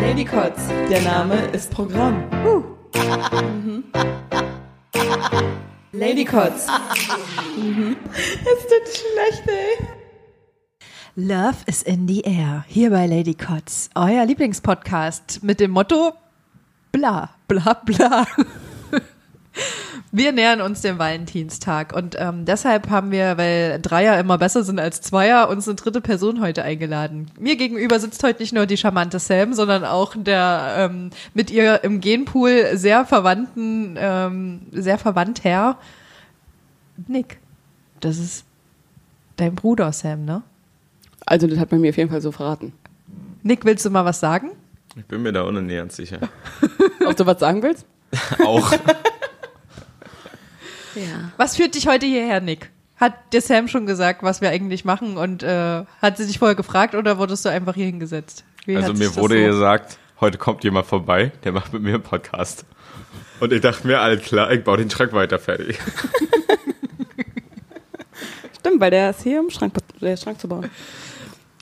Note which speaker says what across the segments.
Speaker 1: Lady Kotz, der Name ist Programm. Mhm. Lady Kotz. Es tut schlecht, ey.
Speaker 2: Love is in the air, hier bei Lady Kotz, euer Lieblingspodcast mit dem Motto bla bla bla. Wir nähern uns dem Valentinstag und ähm, deshalb haben wir, weil Dreier immer besser sind als Zweier, uns eine dritte Person heute eingeladen. Mir gegenüber sitzt heute nicht nur die charmante Sam, sondern auch der ähm, mit ihr im Genpool sehr verwandten, ähm, sehr verwandt Herr Nick. Das ist dein Bruder Sam, ne?
Speaker 3: Also das hat man mir auf jeden Fall so verraten.
Speaker 2: Nick, willst du mal was sagen?
Speaker 4: Ich bin mir da unernährend sicher.
Speaker 3: Ob du was sagen willst?
Speaker 4: Auch.
Speaker 2: Was führt dich heute hierher, Nick? Hat dir Sam schon gesagt, was wir eigentlich machen und äh, hat sie dich vorher gefragt oder wurdest du einfach hier hingesetzt? Wie
Speaker 4: Also
Speaker 2: hat sich
Speaker 4: mir
Speaker 2: das
Speaker 4: wurde
Speaker 2: so?
Speaker 4: gesagt, heute kommt jemand vorbei, der macht mit mir einen Podcast. Und ich dachte mir, alles klar, ich baue den Schrank weiter fertig.
Speaker 3: Stimmt, weil der ist hier im Schrank, der Schrank zu bauen.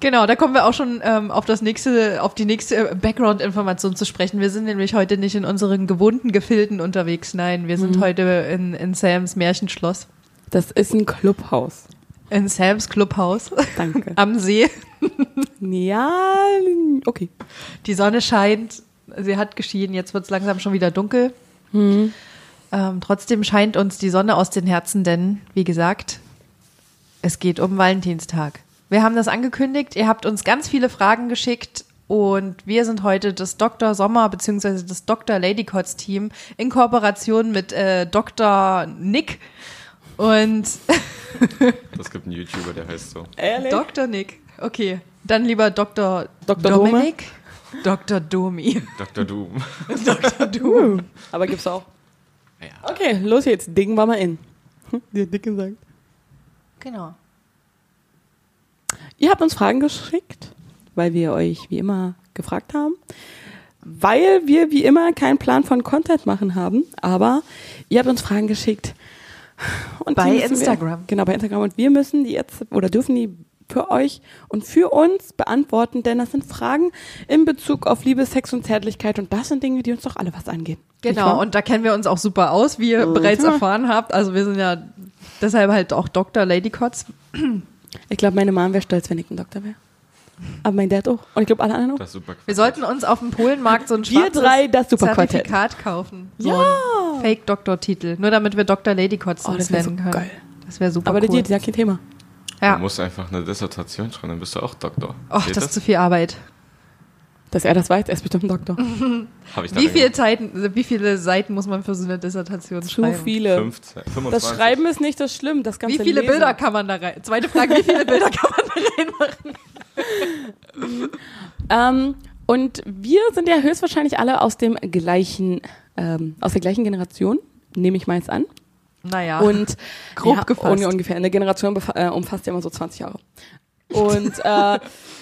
Speaker 2: Genau, da kommen wir auch schon ähm, auf das nächste, auf die nächste äh, Background-Information zu sprechen. Wir sind nämlich heute nicht in unseren gewohnten Gefilden unterwegs. Nein, wir sind heute in, in Sams Märchenschloss,
Speaker 3: Das ist ein Clubhaus.
Speaker 2: in Sams Clubhaus
Speaker 3: Danke.
Speaker 2: am See.
Speaker 3: ja, okay.
Speaker 2: Die Sonne scheint, sie hat geschienen, jetzt wird es langsam schon wieder dunkel. Ähm, trotzdem scheint uns die Sonne aus den Herzen, denn, wie gesagt, es geht um Valentinstag. Wir haben das angekündigt, ihr habt uns ganz viele Fragen geschickt und wir sind heute das Dr. Sommer bzw. das Dr. Ladycots Team in Kooperation mit äh, Dr. Nick und
Speaker 4: Das gibt einen YouTuber, der heißt so.
Speaker 3: Ehrlich?
Speaker 2: Dr. Nick. Okay, dann lieber Dr.
Speaker 3: Dr. Dome?
Speaker 2: Dominik. Dr. Domi.
Speaker 4: Dr. Doom.
Speaker 2: Dr. Doom.
Speaker 3: Aber gibt's auch. Okay, los jetzt. Dingen war mal in. Hm, Der Dicken sagt.
Speaker 2: Genau.
Speaker 3: Ihr habt uns Fragen geschickt, weil wir euch wie immer gefragt haben. Weil wir wie immer keinen Plan von Content machen haben, aber ihr habt uns Fragen geschickt. Und
Speaker 2: Bei
Speaker 3: die müssen
Speaker 2: Instagram.
Speaker 3: Wir, genau, bei Instagram. Und wir müssen die jetzt oder dürfen die für euch und für uns beantworten, denn das sind Fragen in Bezug auf Liebe, Sex und Zärtlichkeit und das sind Dinge, die uns doch alle was angehen. Nicht wahr? Mhm.
Speaker 2: Genau, und da kennen wir uns auch super aus, wie ihr bereits erfahren habt. Also wir sind ja deshalb halt auch Dr. Ladycots.
Speaker 3: ich glaube, meine Mom wäre stolz, wenn ich ein Doktor wäre. Aber mein Dad auch. Und ich glaube, alle anderen auch.
Speaker 4: Das ist super
Speaker 2: Wir sollten uns auf dem Polenmarkt so ein
Speaker 3: Wir
Speaker 2: schwarzes
Speaker 3: drei, das Superquartett.
Speaker 2: Zertifikat kaufen. So ja. Fake-Doktor-Titel. Nur damit wir Dr. Ladycots
Speaker 3: Oh,
Speaker 2: uns
Speaker 3: das wär
Speaker 2: nennen
Speaker 3: so
Speaker 2: können.
Speaker 3: geil.
Speaker 2: Das wäre super
Speaker 3: aber
Speaker 2: cool.
Speaker 3: die, die, ja kein Thema.
Speaker 4: Du
Speaker 2: ja.
Speaker 4: musst einfach eine Dissertation schreiben, dann bist du auch Doktor.
Speaker 2: Och,
Speaker 4: Geht
Speaker 2: das ist zu viel Arbeit.
Speaker 3: Dass er das weiß, er ist bestimmt ein Doktor.
Speaker 4: Hab ich da
Speaker 2: Wie viele,
Speaker 4: reingemacht.
Speaker 2: Zeiten, wie viele Seiten muss man für so eine Dissertation
Speaker 3: Zu
Speaker 2: schreiben?
Speaker 3: viele.
Speaker 4: 15, 25.
Speaker 3: Das Schreiben ist nicht das Schlimm, das
Speaker 2: Wie
Speaker 3: ganze
Speaker 2: viele
Speaker 3: Lesen.
Speaker 2: Bilder kann man da rein? Zweite Frage, wie viele Bilder kann man da reinmachen?
Speaker 3: Ähm, und wir sind ja höchstwahrscheinlich alle aus dem gleichen, ähm, aus der gleichen Generation, nehme ich mal jetzt an.
Speaker 2: Naja.
Speaker 3: Und
Speaker 2: Grob
Speaker 3: ja,
Speaker 2: gefasst.
Speaker 3: un- ungefähr eine Generation befa- äh, umfasst ja immer so 20 Jahre. Und äh,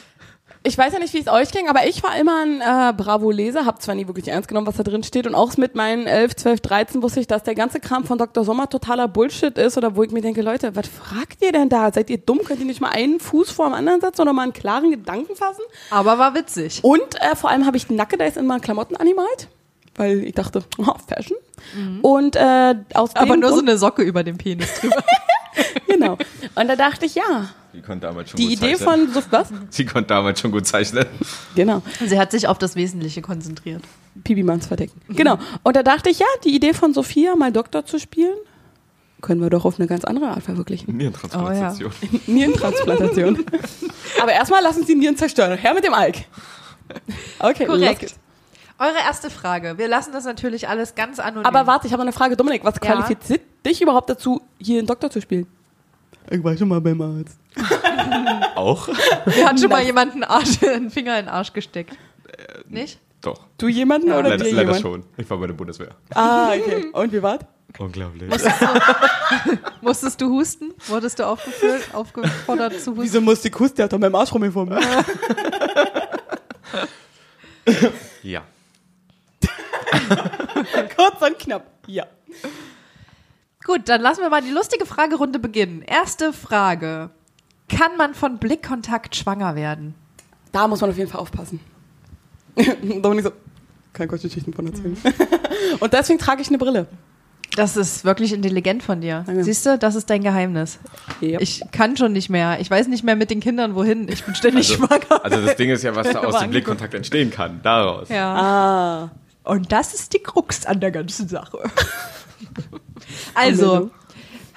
Speaker 3: ich weiß ja nicht, wie es euch ging, aber ich war immer ein äh, Bravo-Leser, habe zwar nie wirklich ernst genommen, was da drin steht und auch mit meinen 11, 12, 13 wusste ich, dass der ganze Kram von Dr. Sommer totaler Bullshit ist oder wo ich mir denke, Leute, was fragt ihr denn da? Seid ihr dumm? Könnt ihr nicht mal einen Fuß vor dem anderen setzen oder mal einen klaren Gedanken fassen?
Speaker 2: aber war witzig.
Speaker 3: Und äh, vor allem habe ich Nackedeis in meinen Klamotten angemalt, weil ich dachte, oh, Fashion. Und äh, aus
Speaker 2: Mhm. Aber
Speaker 3: dem
Speaker 2: nur so
Speaker 3: Grund-
Speaker 2: eine Socke über dem Penis drüber.
Speaker 3: genau. Und da dachte ich, ja,
Speaker 4: Die konnte damals schon
Speaker 3: die
Speaker 4: gut
Speaker 3: Idee
Speaker 4: zeichnen.
Speaker 3: von so, was?
Speaker 4: Sie konnte damals schon gut zeichnen.
Speaker 3: Genau,
Speaker 2: Sie hat sich auf das Wesentliche konzentriert.
Speaker 3: Pibimanns verdecken. Genau. Und da dachte ich, ja, die Idee von Sophia, mal Doktor zu spielen, können wir doch auf eine ganz andere Art verwirklichen.
Speaker 4: Nierentransplantation.
Speaker 3: Nierentransplantation. Aber erstmal lass uns die Nieren zerstören. Her mit dem Alk. Okay, los
Speaker 2: Korrekt.
Speaker 3: geht's.
Speaker 2: Eure erste Frage. Wir lassen das natürlich alles ganz anonym.
Speaker 3: Aber warte, ich habe noch eine Frage. Dominik, was
Speaker 2: Ja.
Speaker 3: qualifiziert dich überhaupt dazu, hier einen Doktor zu spielen?
Speaker 5: Ich war schon mal beim Arzt.
Speaker 4: Auch?
Speaker 2: Mir hat schon mal jemand einen, Arsch, einen Finger in den Arsch gesteckt. Nicht?
Speaker 4: Doch.
Speaker 3: Du jemanden oder
Speaker 4: leider
Speaker 3: dir
Speaker 4: leider
Speaker 3: jemand?
Speaker 4: schon. Ich war bei der Bundeswehr.
Speaker 3: Ah, okay. Und wie war's?
Speaker 4: Unglaublich.
Speaker 2: Musstest du husten? Wurdest du aufgeführt, aufgefordert zu husten?
Speaker 5: Wieso musste ich husten? Der hat doch meinen Arsch rumgefummelt.
Speaker 4: Ja.
Speaker 3: Kurz und knapp. Ja.
Speaker 2: Gut, dann lassen wir mal die lustige Fragerunde beginnen. Erste Frage. Kann man von Blickkontakt schwanger werden?
Speaker 3: Da muss man auf jeden Fall aufpassen. Dominik so, kann ich Geschichten von erzählen. Und deswegen trage ich eine Brille.
Speaker 2: Das ist wirklich intelligent von dir.
Speaker 3: Danke.
Speaker 2: Siehst du, das ist dein Geheimnis. Ich kann schon nicht mehr. Ich weiß nicht mehr mit den Kindern wohin. Ich bin ständig
Speaker 4: Also,
Speaker 2: schwanger.
Speaker 4: also das Ding ist ja, was da aus dem
Speaker 2: Wahnsinn.
Speaker 4: Blickkontakt entstehen kann. Daraus.
Speaker 2: ja.
Speaker 3: ah.
Speaker 2: Und das ist die Krux an der ganzen Sache. also,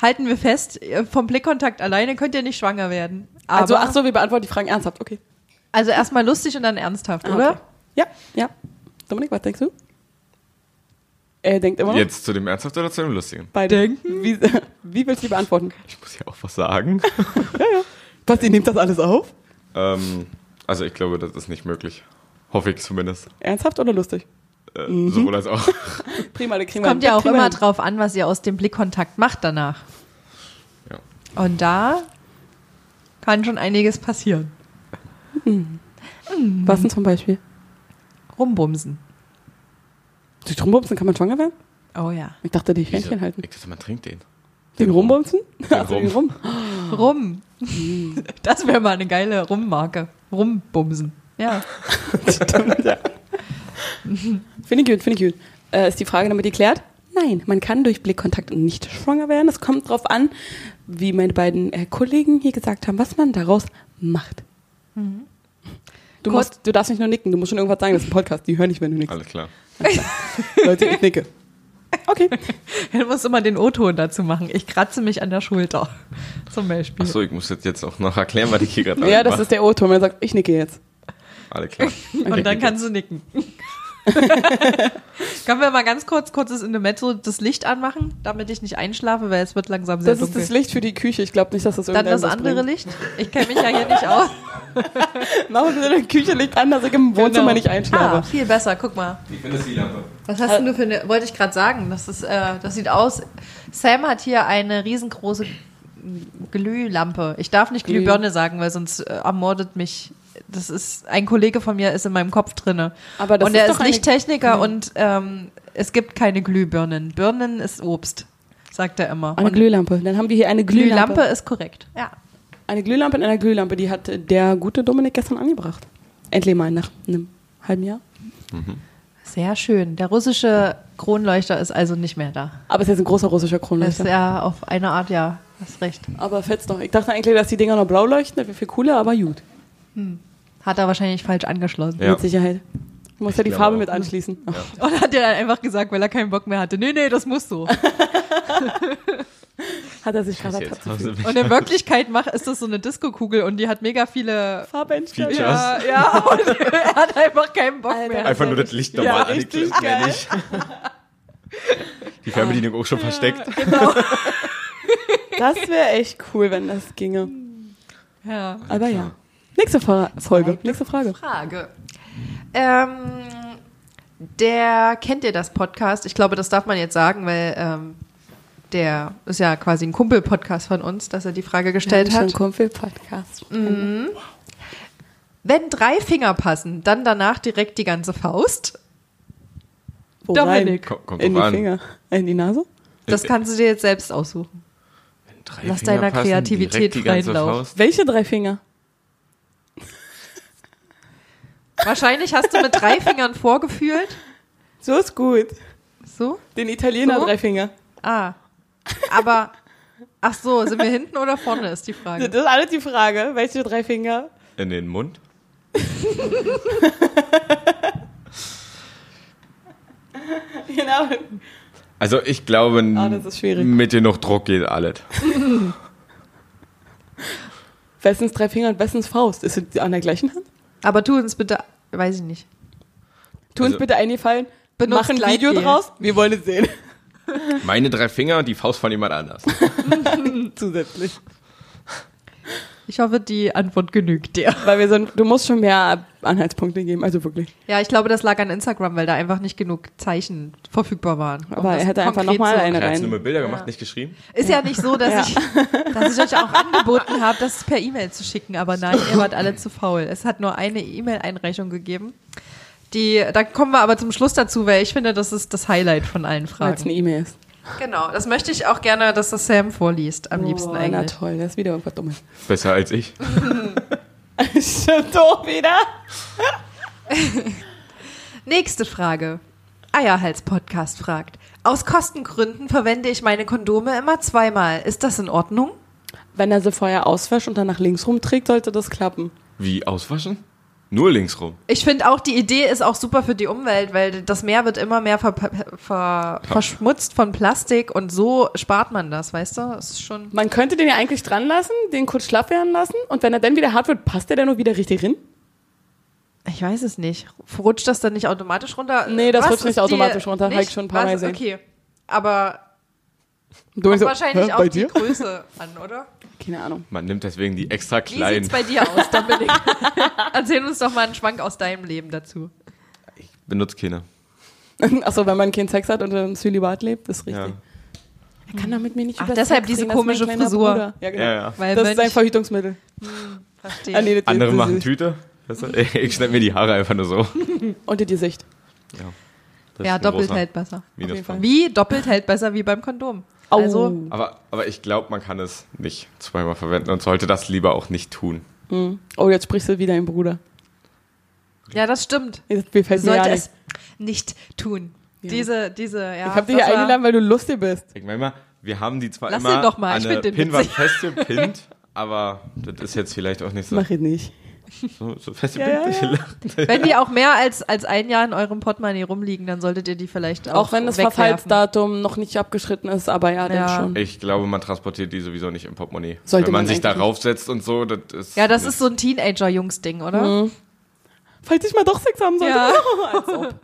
Speaker 2: halten wir fest, ihr- vom Blickkontakt alleine könnt ihr nicht schwanger werden. Aber,
Speaker 3: Also, ach so, wir beantworten die Fragen ernsthaft. Okay.
Speaker 2: also erstmal lustig und dann ernsthaft,
Speaker 3: Ah,
Speaker 2: oder?
Speaker 3: okay. Ja, ja. Dominik, was denkst du? Er denkt immer noch.
Speaker 4: Jetzt zu dem Ernsthaft oder zu dem Lustigen?
Speaker 3: Beide. Denken. Wie, wie willst du die beantworten?
Speaker 4: Ich muss ja auch was sagen.
Speaker 5: Was, ihr nehmt das alles auf?
Speaker 4: ähm, also ich glaube, das ist nicht möglich. Hoffe ich zumindest.
Speaker 3: Ernsthaft oder lustig?
Speaker 4: Äh,
Speaker 2: Mhm.
Speaker 4: Sowohl als auch.
Speaker 3: Prima, da kriegen wir
Speaker 2: Kommt ja auch
Speaker 3: kriegen
Speaker 2: immer
Speaker 3: wir
Speaker 2: drauf an, was ihr aus dem Blickkontakt macht danach.
Speaker 4: Ja.
Speaker 2: Und da kann schon einiges passieren.
Speaker 3: hin. Was denn zum Beispiel?
Speaker 2: Rumbumsen.
Speaker 3: Durch Rumbumsen kann man schwanger werden?
Speaker 2: Oh ja.
Speaker 3: Ich dachte, die
Speaker 4: Wieso?
Speaker 3: Händchen halten.
Speaker 4: Ich dachte, man trinkt den.
Speaker 3: Den Rumbumsen?
Speaker 4: Den
Speaker 3: Also den Rum.
Speaker 2: Rum. Das wäre mal eine geile Rummarke. Rumbumsen. Ja.
Speaker 3: Finde ich gut, finde ich gut. Äh, ist die Frage damit geklärt? Nein, man kann durch Blickkontakt nicht schwanger werden. Es kommt drauf an, wie meine beiden äh, Kollegen hier gesagt haben, was man daraus macht. Du,
Speaker 2: Mhm. Kurz-
Speaker 3: musst, du darfst nicht nur nicken, du musst schon irgendwas sagen. Das ist ein Podcast, die hören nicht, wenn du nickst.
Speaker 4: Alles klar.
Speaker 3: Leute, ich nicke. Okay.
Speaker 2: Du musst immer den O-Ton dazu machen. Ich kratze mich an der Schulter. Zum Beispiel.
Speaker 4: Achso, ich muss jetzt- jetzt auch noch erklären, was ich hier gerade
Speaker 3: ja, das ist der O-Ton, wenn er sagt, ich nicke jetzt.
Speaker 4: Alles klar.
Speaker 2: Und dann kannst du nicken. Können wir mal ganz kurz, kurzes Intermezzo, das Licht anmachen, damit ich nicht einschlafe, weil es wird langsam sehr
Speaker 3: Das ist
Speaker 2: dunkel.
Speaker 3: das Licht für die Küche. Ich glaube nicht, dass das
Speaker 2: dann
Speaker 3: irgendwas
Speaker 2: das andere Licht. Ich kenne mich ja hier nicht aus.
Speaker 3: Licht. Mach mal bitte deine Küche Licht an, dass ich im Wohnzimmer nicht
Speaker 2: Ah,
Speaker 3: einschlafe.
Speaker 2: viel besser, guck mal.
Speaker 4: Ich finde es die Lampe.
Speaker 2: Was
Speaker 3: Äh,
Speaker 2: hast denn du für eine, wollte ich gerade sagen, das, ist, äh, das sieht aus, Sam hat hier eine riesengroße Glühlampe. Ich darf nicht
Speaker 3: Glüh.
Speaker 2: Glühbirne sagen, weil sonst äh, ermordet mich, das ist, ein Kollege von mir ist in meinem Kopf drinne.
Speaker 3: Aber das
Speaker 2: und er
Speaker 3: ist
Speaker 2: ist,
Speaker 3: doch eine- Hm.
Speaker 2: Lichttechniker und ähm, es gibt keine Glühbirnen. Birnen ist Obst, sagt er immer.
Speaker 3: Eine
Speaker 2: und
Speaker 3: Glühlampe. Dann haben wir hier eine Glühlampe.
Speaker 2: Glühlampe ist korrekt, ja.
Speaker 3: Eine Glühlampe in einer Glühlampe, die hat der gute Dominik gestern angebracht. Endlich mal nach einem halben Jahr.
Speaker 2: Sehr schön. Der russische Kronleuchter ist also nicht mehr da.
Speaker 3: Aber es ist jetzt ein großer russischer
Speaker 2: Das ist
Speaker 3: Kronleuchter.
Speaker 2: ja auf eine Art, ja, hast recht.
Speaker 3: Aber fett's noch. Ich dachte eigentlich, dass die Dinger noch blau leuchten. Das wäre viel cooler, aber gut.
Speaker 2: Hat er wahrscheinlich falsch angeschlossen.
Speaker 4: Ja.
Speaker 3: Mit Sicherheit. Du musst ja die
Speaker 4: glaube
Speaker 3: Farbe
Speaker 4: auch.
Speaker 3: mit anschließen. Ach,
Speaker 2: Und hat er dann einfach gesagt, weil er keinen Bock mehr hatte. Nee, nee, das muss so.
Speaker 3: Hat er sich gerade
Speaker 4: Jetzt
Speaker 3: ertappt.
Speaker 4: Also haben sie mich
Speaker 2: Und in Wirklichkeit mach, ist das so eine Disco-Kugel und die hat mega viele.
Speaker 4: Features.
Speaker 3: Farbeinstellung.
Speaker 2: Ja, ja, und er hat einfach keinen Bock
Speaker 3: Alter.
Speaker 2: mehr.
Speaker 4: Einfach nur das Licht normal
Speaker 3: richtig
Speaker 4: angeklemmt, mehr nicht. Die Fernbedienung auch schon versteckt.
Speaker 3: Das wäre echt cool, wenn das ginge.
Speaker 2: Ja.
Speaker 3: Aber ja. Nächste Fra Folge. Nächste Frage.
Speaker 2: Frage. Ähm, der kennt ihr das Podcast? Ich glaube, das darf man jetzt sagen, weil ähm, der ist ja quasi ein Kumpel-Podcast von uns, dass er die Frage gestellt hat. Mm,
Speaker 3: Kumpel-Podcast.
Speaker 2: Wenn drei Finger passen, dann danach direkt die ganze Faust.
Speaker 3: Wo
Speaker 2: Dominik.
Speaker 4: Komm- kommt
Speaker 3: In
Speaker 4: drauf
Speaker 3: die
Speaker 4: an.
Speaker 3: Finger. In die Nase?
Speaker 2: Das kannst du dir jetzt selbst aussuchen.
Speaker 4: Drei
Speaker 2: Lass
Speaker 4: Finger
Speaker 2: deiner
Speaker 4: passen,
Speaker 2: Kreativität
Speaker 4: direkt die ganze
Speaker 2: freien Lauf.
Speaker 4: Faust.
Speaker 3: Welche drei Finger?
Speaker 2: Wahrscheinlich hast du mit drei Fingern vorgefühlt.
Speaker 3: So ist gut.
Speaker 2: So?
Speaker 3: Den Italiener
Speaker 2: So?
Speaker 3: drei Finger.
Speaker 2: Ah. Aber, ach so, sind wir hinten oder vorne, ist die
Speaker 3: Das
Speaker 2: Frage.
Speaker 3: ist alles die Frage. Welche drei Finger?
Speaker 4: In den Mund.
Speaker 3: Genau.
Speaker 4: Also ich glaube,
Speaker 3: Ah, das ist schwierig.
Speaker 4: mit genug Druck geht alles.
Speaker 3: Wessens drei Finger und Wessens Faust? Ist es an der gleichen Hand?
Speaker 2: Aber tu uns bitte, weiß ich nicht.
Speaker 3: Tu uns
Speaker 4: Also-
Speaker 3: bitte eingefallen.
Speaker 2: Benutzt
Speaker 3: Mach ein Video
Speaker 2: Gleitgel.
Speaker 3: draus. Wir wollen es sehen.
Speaker 4: Meine drei Finger und die Faust von jemand anders.
Speaker 3: Zusätzlich.
Speaker 2: Ich hoffe, die Antwort genügt dir.
Speaker 3: Weil wir sind, du musst schon mehr Anhaltspunkte geben. Also wirklich.
Speaker 2: Ja, ich glaube, das lag an Instagram, weil da einfach nicht genug Zeichen verfügbar waren. um
Speaker 3: Aber
Speaker 2: das
Speaker 3: er hätte einfach
Speaker 2: konkret
Speaker 3: nochmal
Speaker 2: zu-
Speaker 3: eine
Speaker 4: Er hat nur
Speaker 3: rein.
Speaker 4: mit Bilder gemacht, nicht geschrieben.
Speaker 2: Ist ja nicht so, dass, ich, dass ich euch auch angeboten habe, das per E-Mail zu schicken, aber nein, ihr wart alle zu faul. Es hat nur eine E-Mail-Einreichung gegeben. Die, da kommen wir aber zum Schluss dazu, weil ich finde, das ist das Highlight von allen
Speaker 3: Weil es
Speaker 2: Fragen.
Speaker 3: eine E-Mail ist.
Speaker 2: Genau, das möchte ich auch gerne, dass das Sam vorliest, am liebsten
Speaker 3: na
Speaker 2: eigentlich.
Speaker 3: toll, das ist wieder irgendwas Dummes.
Speaker 4: Besser als ich.
Speaker 3: Stimmt doch wieder.
Speaker 2: Nächste Frage. Eierhals Podcast fragt. Aus Kostengründen verwende ich meine Kondome immer zweimal. Ist das in Ordnung?
Speaker 3: Wenn er sie vorher auswäscht und dann nach links rumträgt, sollte das klappen.
Speaker 4: Wie auswaschen? Nur links rum.
Speaker 2: Ich finde auch, die Idee ist auch super für die Umwelt, weil das Meer wird immer mehr ver ver verschmutzt von Plastik und so spart man das, weißt du? Das ist schon.
Speaker 3: Man könnte den ja eigentlich dran lassen, den kurz schlaff werden lassen und wenn er dann wieder hart wird, passt der dann nur wieder richtig hin?
Speaker 2: Ich weiß es nicht. Rutscht das dann nicht automatisch runter?
Speaker 3: Nee, das
Speaker 2: Was
Speaker 3: rutscht nicht
Speaker 2: ist die-
Speaker 3: automatisch runter, hab ich schon ein paar Mal
Speaker 2: Was?
Speaker 3: gesehen.
Speaker 2: Okay. Aber
Speaker 3: Und du denkst so,
Speaker 2: wahrscheinlich
Speaker 5: hä,
Speaker 2: auch
Speaker 5: bei
Speaker 2: die
Speaker 5: dir?
Speaker 2: Größe an, oder?
Speaker 3: Keine Ahnung.
Speaker 4: Man nimmt deswegen die extra
Speaker 2: Wie sieht's
Speaker 4: kleinen.
Speaker 2: bei dir aus, Dominik? Erzähl uns doch mal einen Schwank aus deinem Leben dazu.
Speaker 4: Benutzt keine.
Speaker 3: Achso, wenn man keinen Sex hat und im Zölibat lebt, ist richtig.
Speaker 4: Ja.
Speaker 3: Er kann damit mir nicht
Speaker 2: Ach,
Speaker 3: über
Speaker 2: deshalb
Speaker 3: Sex
Speaker 2: diese
Speaker 3: reden, das ist halt
Speaker 2: komische
Speaker 3: mein kleiner
Speaker 2: Frisur.
Speaker 3: Bruder. Ja, genau.
Speaker 4: Ja, ja.
Speaker 2: Weil
Speaker 3: Das ist
Speaker 2: Mönch-
Speaker 3: sein Verhütungsmittel.
Speaker 2: verstehe.
Speaker 3: Ah, nee, das-
Speaker 4: Andere
Speaker 3: das-
Speaker 4: machen
Speaker 3: das-
Speaker 4: Tüte. Weißt du? Ich schneide mir die Haare einfach nur so.
Speaker 3: Unter die Sicht.
Speaker 4: Das
Speaker 2: ja,
Speaker 4: ist ein
Speaker 2: doppelt halt.
Speaker 4: großer
Speaker 2: hält besser.
Speaker 4: Minuspunkt.
Speaker 3: Fall.
Speaker 2: Wie doppelt hält besser wie beim Kondom. Also,
Speaker 4: Aber, aber ich glaube, man kann es nicht zweimal verwenden und sollte das lieber auch nicht tun.
Speaker 3: Oh, jetzt sprichst du wieder dein Bruder.
Speaker 2: ja, das stimmt.
Speaker 3: Jetzt gefällt mir ja
Speaker 2: Sollte
Speaker 3: nicht.
Speaker 2: es nicht tun. Diese, diese, ja.
Speaker 3: Ich habe dich
Speaker 2: das
Speaker 3: hier
Speaker 2: war-
Speaker 3: eingeladen, weil du lustig bist.
Speaker 4: Ich meine mal, wir haben die zwar
Speaker 2: Lass
Speaker 4: immer
Speaker 2: den doch mal, ich
Speaker 4: an eine
Speaker 2: find den
Speaker 4: Pinnwand
Speaker 2: witzig.
Speaker 4: festgepinnt, aber das ist jetzt vielleicht auch nicht so,
Speaker 3: Mach ich nicht.
Speaker 4: so, so festgepinnt.
Speaker 3: Ja,
Speaker 2: Wenn die auch mehr als, als ein Jahr in eurem Portemonnaie rumliegen, dann solltet ihr die vielleicht auch
Speaker 3: Auch, wenn das
Speaker 2: wegwerfen.
Speaker 3: Verfallsdatum noch nicht abgeschritten ist, aber ja,
Speaker 2: Ja.
Speaker 3: dann schon.
Speaker 4: Ich glaube, man transportiert die sowieso nicht im Portemonnaie.
Speaker 3: Sollte
Speaker 4: Wenn man,
Speaker 3: man
Speaker 4: sich
Speaker 3: eigentlich
Speaker 4: darauf setzt und so, das ist...
Speaker 2: Ja, das ist so ein Teenager-Jungs-Ding, oder?
Speaker 3: Falls ich mal doch Sex haben sollte.
Speaker 2: Ja.
Speaker 3: Als ob.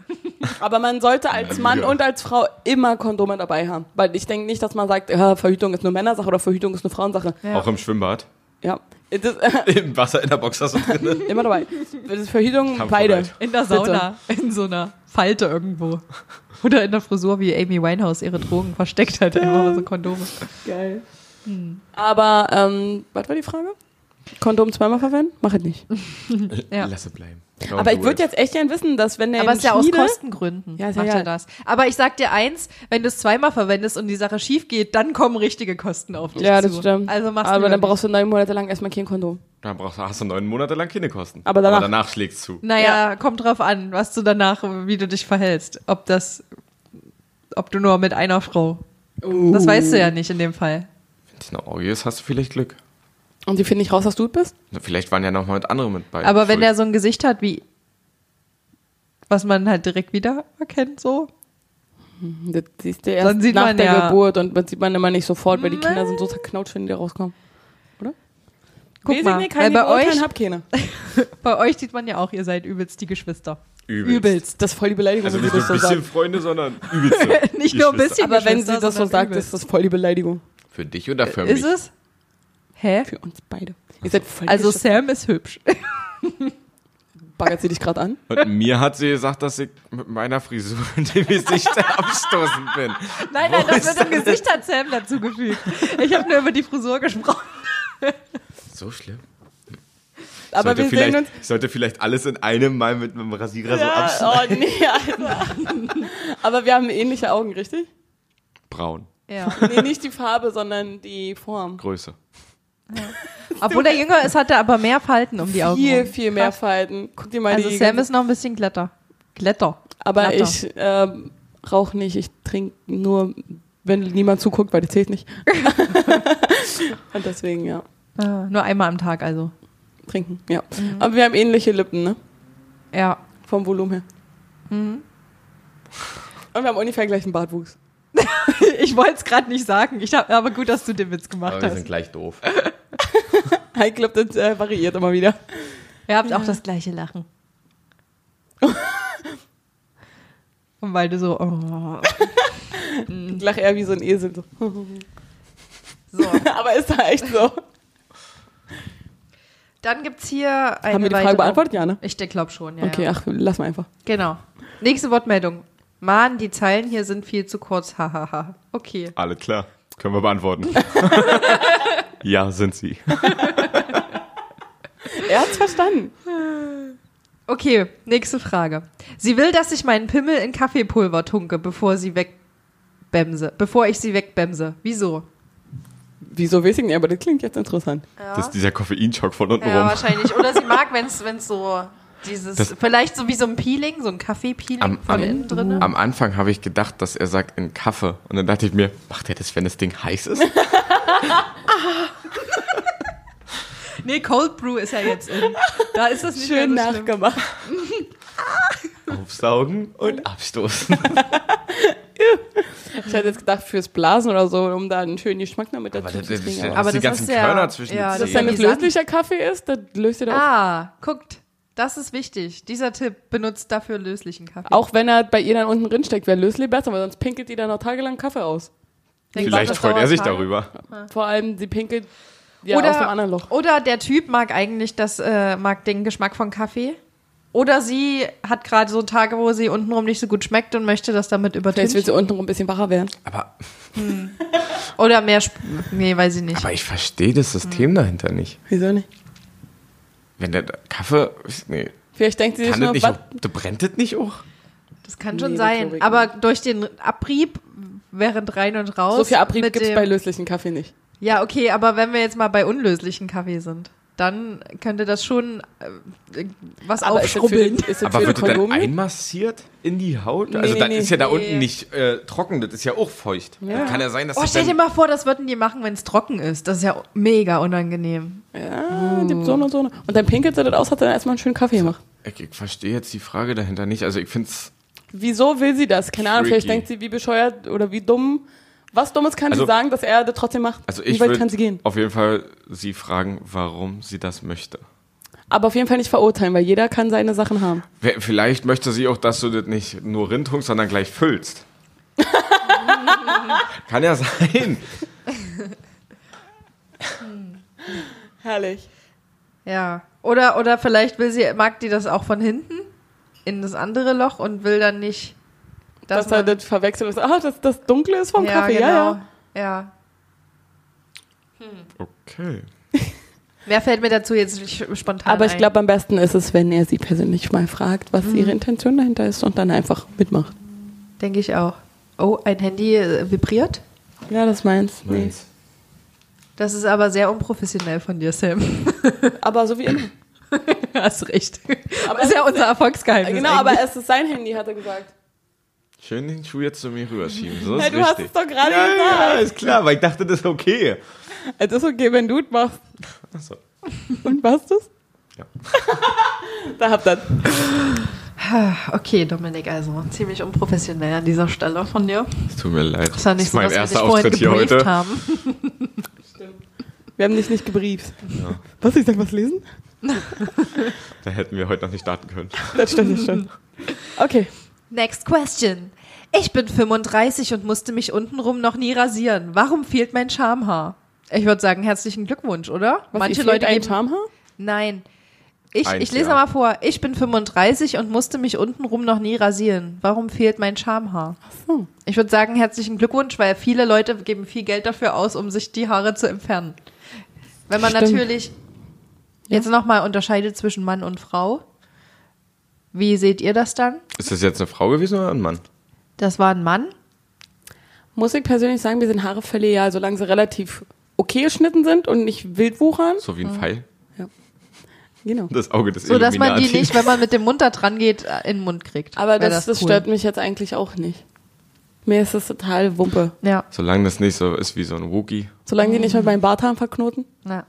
Speaker 3: aber man sollte als Mann
Speaker 4: Ja.
Speaker 3: und als Frau immer Kondome dabei haben. Weil ich denke nicht, dass man sagt, ja, Verhütung ist nur Männersache oder Verhütung ist nur Frauensache.
Speaker 4: Auch im Schwimmbad.
Speaker 3: Ja. Das, äh,
Speaker 4: Im Wasser in der Box hast du drin.
Speaker 3: immer dabei. Das ist Verhütung,
Speaker 4: Kampf
Speaker 3: beide.
Speaker 4: bereit.
Speaker 2: In der Sauna, in so einer Falte irgendwo. Oder in der Frisur, wie Amy Winehouse ihre Drogen versteckt hat, immer so Kondome.
Speaker 3: Geil.
Speaker 2: Hm.
Speaker 3: Aber, ähm, was war die Frage? Kondom zweimal verwenden? Mach ich nicht.
Speaker 4: Oh,
Speaker 2: Ja.
Speaker 4: Lass es bleiben.
Speaker 3: Aber ich würde jetzt echt gern wissen, dass wenn der
Speaker 2: Aber
Speaker 3: ihn
Speaker 2: es ist ja aus
Speaker 3: schmiedet-
Speaker 2: Kostengründen,
Speaker 3: Ja, ist ja
Speaker 2: macht
Speaker 3: egal.
Speaker 2: er das. Aber ich sag dir eins, wenn du es zweimal verwendest und die Sache schief geht, dann kommen richtige Kosten auf dich
Speaker 3: Ja,
Speaker 2: zu.
Speaker 3: das stimmt.
Speaker 2: Also mach's
Speaker 3: Aber
Speaker 2: lieber
Speaker 3: dann
Speaker 2: nicht.
Speaker 3: brauchst du neun Monate lang erstmal kein Kondom.
Speaker 4: Dann brauchst, du- hast du neun Monate lang keine Kosten.
Speaker 3: Aber danach-
Speaker 4: danach schlägst zu.
Speaker 2: Naja, kommt drauf an, was du danach, wie du dich verhältst. Ob das, ob du nur mit einer Frau. Das weißt
Speaker 3: Uh.
Speaker 2: du ja nicht in dem Fall.
Speaker 4: Wenn es eine Orgie ist, hast du vielleicht Glück.
Speaker 3: Und die finden nicht raus, dass du es bist?
Speaker 4: Na, Vielleicht waren ja noch mal mit anderen mit bei.
Speaker 2: Aber wenn
Speaker 4: Schuld.
Speaker 2: er so ein Gesicht hat wie, was man halt direkt wieder erkennt, so.
Speaker 3: Das siehst du erst
Speaker 2: Dann sieht
Speaker 3: nach
Speaker 2: man
Speaker 3: der
Speaker 2: ja-
Speaker 3: Geburt und das sieht man immer nicht sofort, weil die Kinder sind so zerknautscht, wenn die da rauskommen. Oder?
Speaker 2: Guck
Speaker 3: Weiß ich
Speaker 2: mal,
Speaker 3: nicht,
Speaker 2: weil
Speaker 3: kann
Speaker 2: bei
Speaker 3: ich beurteilen,
Speaker 2: euch-
Speaker 3: hab keine.
Speaker 2: Bei euch sieht man ja auch, ihr seid übelst die Geschwister.
Speaker 4: übelst.
Speaker 3: Übelst. Das ist voll die Beleidigung,
Speaker 4: Also
Speaker 3: wenn sie
Speaker 4: nicht nur
Speaker 3: das
Speaker 4: ein
Speaker 3: so
Speaker 4: bisschen
Speaker 3: sagt.
Speaker 4: Freunde, sondern übelste.
Speaker 2: Nicht nur ein
Speaker 4: Geschwister.
Speaker 2: bisschen.
Speaker 3: Aber wenn sie
Speaker 2: Geschwister,
Speaker 3: das so
Speaker 2: sondern
Speaker 3: sagt,
Speaker 2: übelst.
Speaker 3: ist das voll die Beleidigung.
Speaker 4: Für dich oder für mich?
Speaker 2: Ist es? Hä?
Speaker 3: Für uns beide. Ihr seid voll
Speaker 2: Also
Speaker 3: also,
Speaker 2: Sam ist hübsch.
Speaker 3: baggert sie dich gerade an?
Speaker 4: Und mir hat sie gesagt, dass ich mit meiner Frisur in dem Gesicht abstoßend bin.
Speaker 2: Nein, nein, das mit dem Gesicht hat Sam dazugefügt. Ich habe nur über die Frisur gesprochen.
Speaker 4: So schlimm.
Speaker 3: Aber
Speaker 4: sollte
Speaker 3: wir
Speaker 4: vielleicht,
Speaker 3: sehen uns.
Speaker 4: ich sollte vielleicht alles in einem Mal mit einem Rasierer so abschneiden.
Speaker 3: Ja, oh nee, Alter. Aber wir haben ähnliche Augen, richtig?
Speaker 2: Oh.
Speaker 4: Braun.
Speaker 2: Ja.
Speaker 3: Nee, nicht die Farbe, sondern die Form.
Speaker 4: Größe.
Speaker 2: Obwohl er jünger ist, hat er aber mehr Falten um die Augen.
Speaker 3: Viel,
Speaker 2: rum.
Speaker 3: viel mehr Falten. Guck dir mal
Speaker 2: Also
Speaker 3: die
Speaker 2: Sam ist noch ein bisschen glatter. Glätter.
Speaker 3: Aber
Speaker 2: Glatter.
Speaker 3: ich ähm, rauche nicht, ich trinke nur, wenn niemand zuguckt, weil das zählt nicht. Und deswegen, ja,
Speaker 2: Ah, nur einmal am Tag also.
Speaker 3: trinken, ja.
Speaker 2: Mhm.
Speaker 3: Aber wir haben ähnliche Lippen, ne?
Speaker 2: Ja.
Speaker 3: Vom Volumen her.
Speaker 2: Mhm.
Speaker 3: Und wir haben ungefähr gleichen Bartwuchs.
Speaker 2: Ich wollte es gerade nicht sagen. Ich hab, aber gut, dass du den Witz gemacht
Speaker 4: Aber wir sind
Speaker 2: hast.
Speaker 4: gleich doof.
Speaker 3: Ich glaube, das äh, variiert immer wieder.
Speaker 2: Ihr habt auch das gleiche Lachen. Und weil du so. Oh. Mhm.
Speaker 3: Ich lache eher wie so ein Esel. So.
Speaker 2: So.
Speaker 3: Aber ist da echt so.
Speaker 2: Dann gibt's hier eine
Speaker 3: haben wir die
Speaker 2: weitere-
Speaker 3: Frage beantwortet? Ja, ne?
Speaker 2: Ich glaube schon, ja.
Speaker 3: Okay,
Speaker 2: ja.
Speaker 3: ach, lass mal einfach.
Speaker 2: Genau. Nächste Wortmeldung. Mann, die Zeilen hier sind viel zu kurz. Hahaha. okay.
Speaker 4: Alles klar. Können wir beantworten. ja, sind sie.
Speaker 3: Er hat's verstanden.
Speaker 2: Okay, nächste Frage. Sie will, dass ich meinen Pimmel in Kaffeepulver tunke, bevor sie weg wegbemse, bevor ich sie wegbemse. Wieso?
Speaker 3: Wieso weiß ich nicht, aber das klingt jetzt interessant.
Speaker 4: Das ist dieser Koffeinschock von unten
Speaker 2: Ja,
Speaker 4: rum.
Speaker 2: wahrscheinlich. Oder sie mag, wenn es so dieses,
Speaker 4: Das-
Speaker 2: vielleicht so wie so ein Peeling, so ein Kaffee-Peeling
Speaker 4: Am,
Speaker 2: von innen
Speaker 4: am,
Speaker 2: drin.
Speaker 4: am Anfang habe ich gedacht, dass er sagt in Kaffee. Und dann dachte ich mir, macht er das, wenn das Ding heiß ist?
Speaker 2: Nee, Cold Brew ist ja jetzt in. Da ist das nicht
Speaker 3: Schön
Speaker 2: mehr so schlimm.
Speaker 3: nachgemacht.
Speaker 4: Aufsaugen und abstoßen.
Speaker 3: Ich hätte jetzt gedacht, fürs Blasen oder so, um da einen schönen Geschmack damit dazu
Speaker 4: Aber das
Speaker 3: zu
Speaker 4: ist,
Speaker 3: kriegen.
Speaker 4: das
Speaker 3: Aber
Speaker 2: Aber
Speaker 4: die
Speaker 2: das
Speaker 4: ganzen
Speaker 2: ist ja-
Speaker 4: Körner zwischen
Speaker 2: ja, das
Speaker 4: den
Speaker 3: Dass
Speaker 2: ist
Speaker 3: wenn
Speaker 4: Zähnen.
Speaker 3: es löslicher Kaffee ist, dann löst ihr da
Speaker 2: Ah, guckt. Das ist wichtig. Dieser Tipp benutzt dafür löslichen Kaffee.
Speaker 3: auch. Auch wenn er bei ihr dann unten drin steckt, wäre löslich besser, weil sonst pinkelt die dann noch tagelang Kaffee aus.
Speaker 2: Denkt man,
Speaker 4: Vielleicht
Speaker 2: das
Speaker 4: freut er
Speaker 2: dauert
Speaker 4: sich
Speaker 2: Tage.
Speaker 4: darüber.
Speaker 3: Vor allem, sie pinkelt ja
Speaker 2: Ah. oder,
Speaker 3: aus dem anderen Loch.
Speaker 2: oder der Typ mag eigentlich das, äh, mag den Geschmack von Kaffee. Oder sie hat gerade so Tage, wo sie untenrum nicht so gut schmeckt und möchte das damit
Speaker 3: Vielleicht will
Speaker 2: übertünchen.
Speaker 3: sie untenrum ein bisschen wacher werden.
Speaker 4: Aber,
Speaker 2: Oder mehr, Sp nee, weiß ich nicht.
Speaker 4: aber ich verstehe das
Speaker 2: Hm.
Speaker 4: System dahinter nicht.
Speaker 3: Wieso nicht?
Speaker 4: Wenn der Kaffee. Nee.
Speaker 3: Vielleicht denkt sie sich
Speaker 4: Kann das
Speaker 3: nur,
Speaker 4: nicht
Speaker 3: was?
Speaker 4: auch, da brennt das nicht auch?
Speaker 2: Das kann
Speaker 3: Nee,
Speaker 2: schon
Speaker 3: das
Speaker 2: sein.
Speaker 3: glaub ich
Speaker 2: aber durch den Abrieb während rein und raus.
Speaker 3: So viel Abrieb
Speaker 2: mit
Speaker 3: gibt es
Speaker 2: dem-
Speaker 3: bei löslichen Kaffee nicht.
Speaker 2: Ja, okay, aber wenn wir jetzt mal bei unlöslichen Kaffee sind, dann könnte das schon äh, was
Speaker 3: Aber ist das für
Speaker 2: aufschrubbeln.
Speaker 3: den, ist das
Speaker 4: Aber
Speaker 3: für den
Speaker 4: wird das dann
Speaker 3: Kondom?
Speaker 4: einmassiert in die Haut? also
Speaker 3: nee,
Speaker 4: dann
Speaker 3: nee.
Speaker 4: ist ja da
Speaker 2: Nee.
Speaker 4: unten nicht äh, trocken, das ist ja auch feucht. Dann kann ja sein, dass
Speaker 2: Oh,
Speaker 4: das
Speaker 2: stell dir
Speaker 4: dann,
Speaker 2: mal vor, das würden die machen, wenn es trocken ist. Das ist ja mega unangenehm.
Speaker 3: Ja, gibt Ah, so und so. eine. Und dann pinkelt sie das aus, hat dann erstmal einen schönen Kaffee gemacht.
Speaker 4: ich, ich verstehe jetzt die Frage dahinter nicht. Also ich finde es
Speaker 3: Wieso will sie das? Keine Ahnung, vielleicht
Speaker 4: Freaky.
Speaker 3: denkt sie, wie bescheuert oder wie dumm. Was Dummes kann
Speaker 4: Also-
Speaker 3: sie sagen, dass er das trotzdem macht?
Speaker 4: Also ich
Speaker 3: wie weit kann sie
Speaker 4: würde
Speaker 3: gehen?
Speaker 4: auf jeden Fall sie fragen, warum sie das möchte.
Speaker 3: Aber auf jeden Fall nicht verurteilen, weil jeder kann seine Sachen haben.
Speaker 4: Wer- Vielleicht möchte sie auch, dass du das nicht nur rindhunkst, sondern gleich füllst. Kann ja sein.
Speaker 3: Herrlich.
Speaker 2: Ja. Oder, oder vielleicht will sie, mag die das auch von hinten in das andere Loch und will dann nicht.
Speaker 3: Dass,
Speaker 2: Dass
Speaker 3: er
Speaker 2: man-
Speaker 3: das verwechselt ist. Ah, das, das Dunkle ist vom
Speaker 2: ja,
Speaker 3: Kaffee,
Speaker 2: genau.
Speaker 3: ja, ja.
Speaker 2: ja.
Speaker 4: Okay.
Speaker 2: Mehr fällt mir dazu jetzt nicht spontan
Speaker 3: Aber ich
Speaker 2: ein.
Speaker 3: glaube, am besten ist es, wenn er sie persönlich mal fragt, was ihre Intention dahinter ist und dann einfach mitmacht.
Speaker 2: Denke ich auch. Oh, ein Handy äh, vibriert?
Speaker 3: Ja, das meins. Nee.
Speaker 4: Meins.
Speaker 2: Das ist aber sehr unprofessionell von dir, Sam.
Speaker 3: Aber so wie immer.
Speaker 2: Hast recht.
Speaker 3: Aber
Speaker 2: Aber ist ja unser Erfolgsgeheimnis.
Speaker 3: Genau,
Speaker 2: eigentlich.
Speaker 3: aber es ist sein Handy, hat er gesagt.
Speaker 4: Schön den Schuh jetzt zu mir rüberschieben. So ist
Speaker 3: Ja, du hast
Speaker 4: richtig.
Speaker 3: es doch gerade
Speaker 4: ja,
Speaker 3: gesagt.
Speaker 4: ja, ist klar, weil ich dachte, das ist okay.
Speaker 3: Es ist okay, wenn du es machst.
Speaker 4: Achso.
Speaker 3: Und warst du's?
Speaker 4: Ja.
Speaker 3: da habt ihr.
Speaker 2: Okay, Dominik, also ziemlich unprofessionell an dieser Stelle von dir.
Speaker 4: Es tut mir leid.
Speaker 2: Ist ja nicht
Speaker 4: das ist
Speaker 2: so,
Speaker 4: mein
Speaker 2: dass wir dich
Speaker 4: erster
Speaker 2: vorhin
Speaker 4: Auftritt hier
Speaker 2: gebrieft
Speaker 4: heute.
Speaker 2: haben.
Speaker 3: Wir haben dich nicht gebrieft.
Speaker 5: Was, ich sag was lesen?
Speaker 4: Da hätten wir heute noch nicht starten können.
Speaker 3: Das stimmt, das stimmt. Okay.
Speaker 2: Next question. Ich bin 35 und musste mich untenrum noch nie rasieren. Warum fehlt mein Schamhaar? Ich würde sagen, herzlichen Glückwunsch, oder?
Speaker 3: Was, ihr fehlt ein Schamhaar?
Speaker 2: Nein. Ich,
Speaker 4: Eins,
Speaker 2: ich lese
Speaker 4: ja.
Speaker 2: mal vor. Ich bin 35 und musste mich untenrum noch nie rasieren. Warum fehlt mein Schamhaar?
Speaker 3: so.
Speaker 2: Ich würde sagen, herzlichen Glückwunsch, weil viele Leute geben viel Geld dafür aus, um sich die Haare zu entfernen. Wenn man
Speaker 3: Stimmt.
Speaker 2: natürlich jetzt nochmal unterscheidet zwischen Mann und Frau. Wie seht ihr das dann?
Speaker 4: Ist das jetzt eine Frau gewesen oder ein Mann?
Speaker 2: Das war ein Mann.
Speaker 3: Muss ich persönlich sagen, wir sind Haare völlig ja, solange sie relativ okay geschnitten sind und nicht wild wuchern.
Speaker 4: So wie ein Pfeil.
Speaker 3: Genau.
Speaker 4: Das Auge des
Speaker 2: Mhm. So dass man die
Speaker 4: Illuminati.
Speaker 2: nicht, wenn man mit dem Mund da dran geht, äh, in den Mund kriegt.
Speaker 3: Aber
Speaker 2: Wär
Speaker 3: das, das,
Speaker 2: cool.
Speaker 3: stört mich jetzt eigentlich auch nicht. Mir ist das total Wumpe.
Speaker 2: Ja,
Speaker 4: Solange das nicht so ist wie so ein Wookie.
Speaker 3: Solange die nicht mit meinen Barthaaren verknoten.
Speaker 2: ja.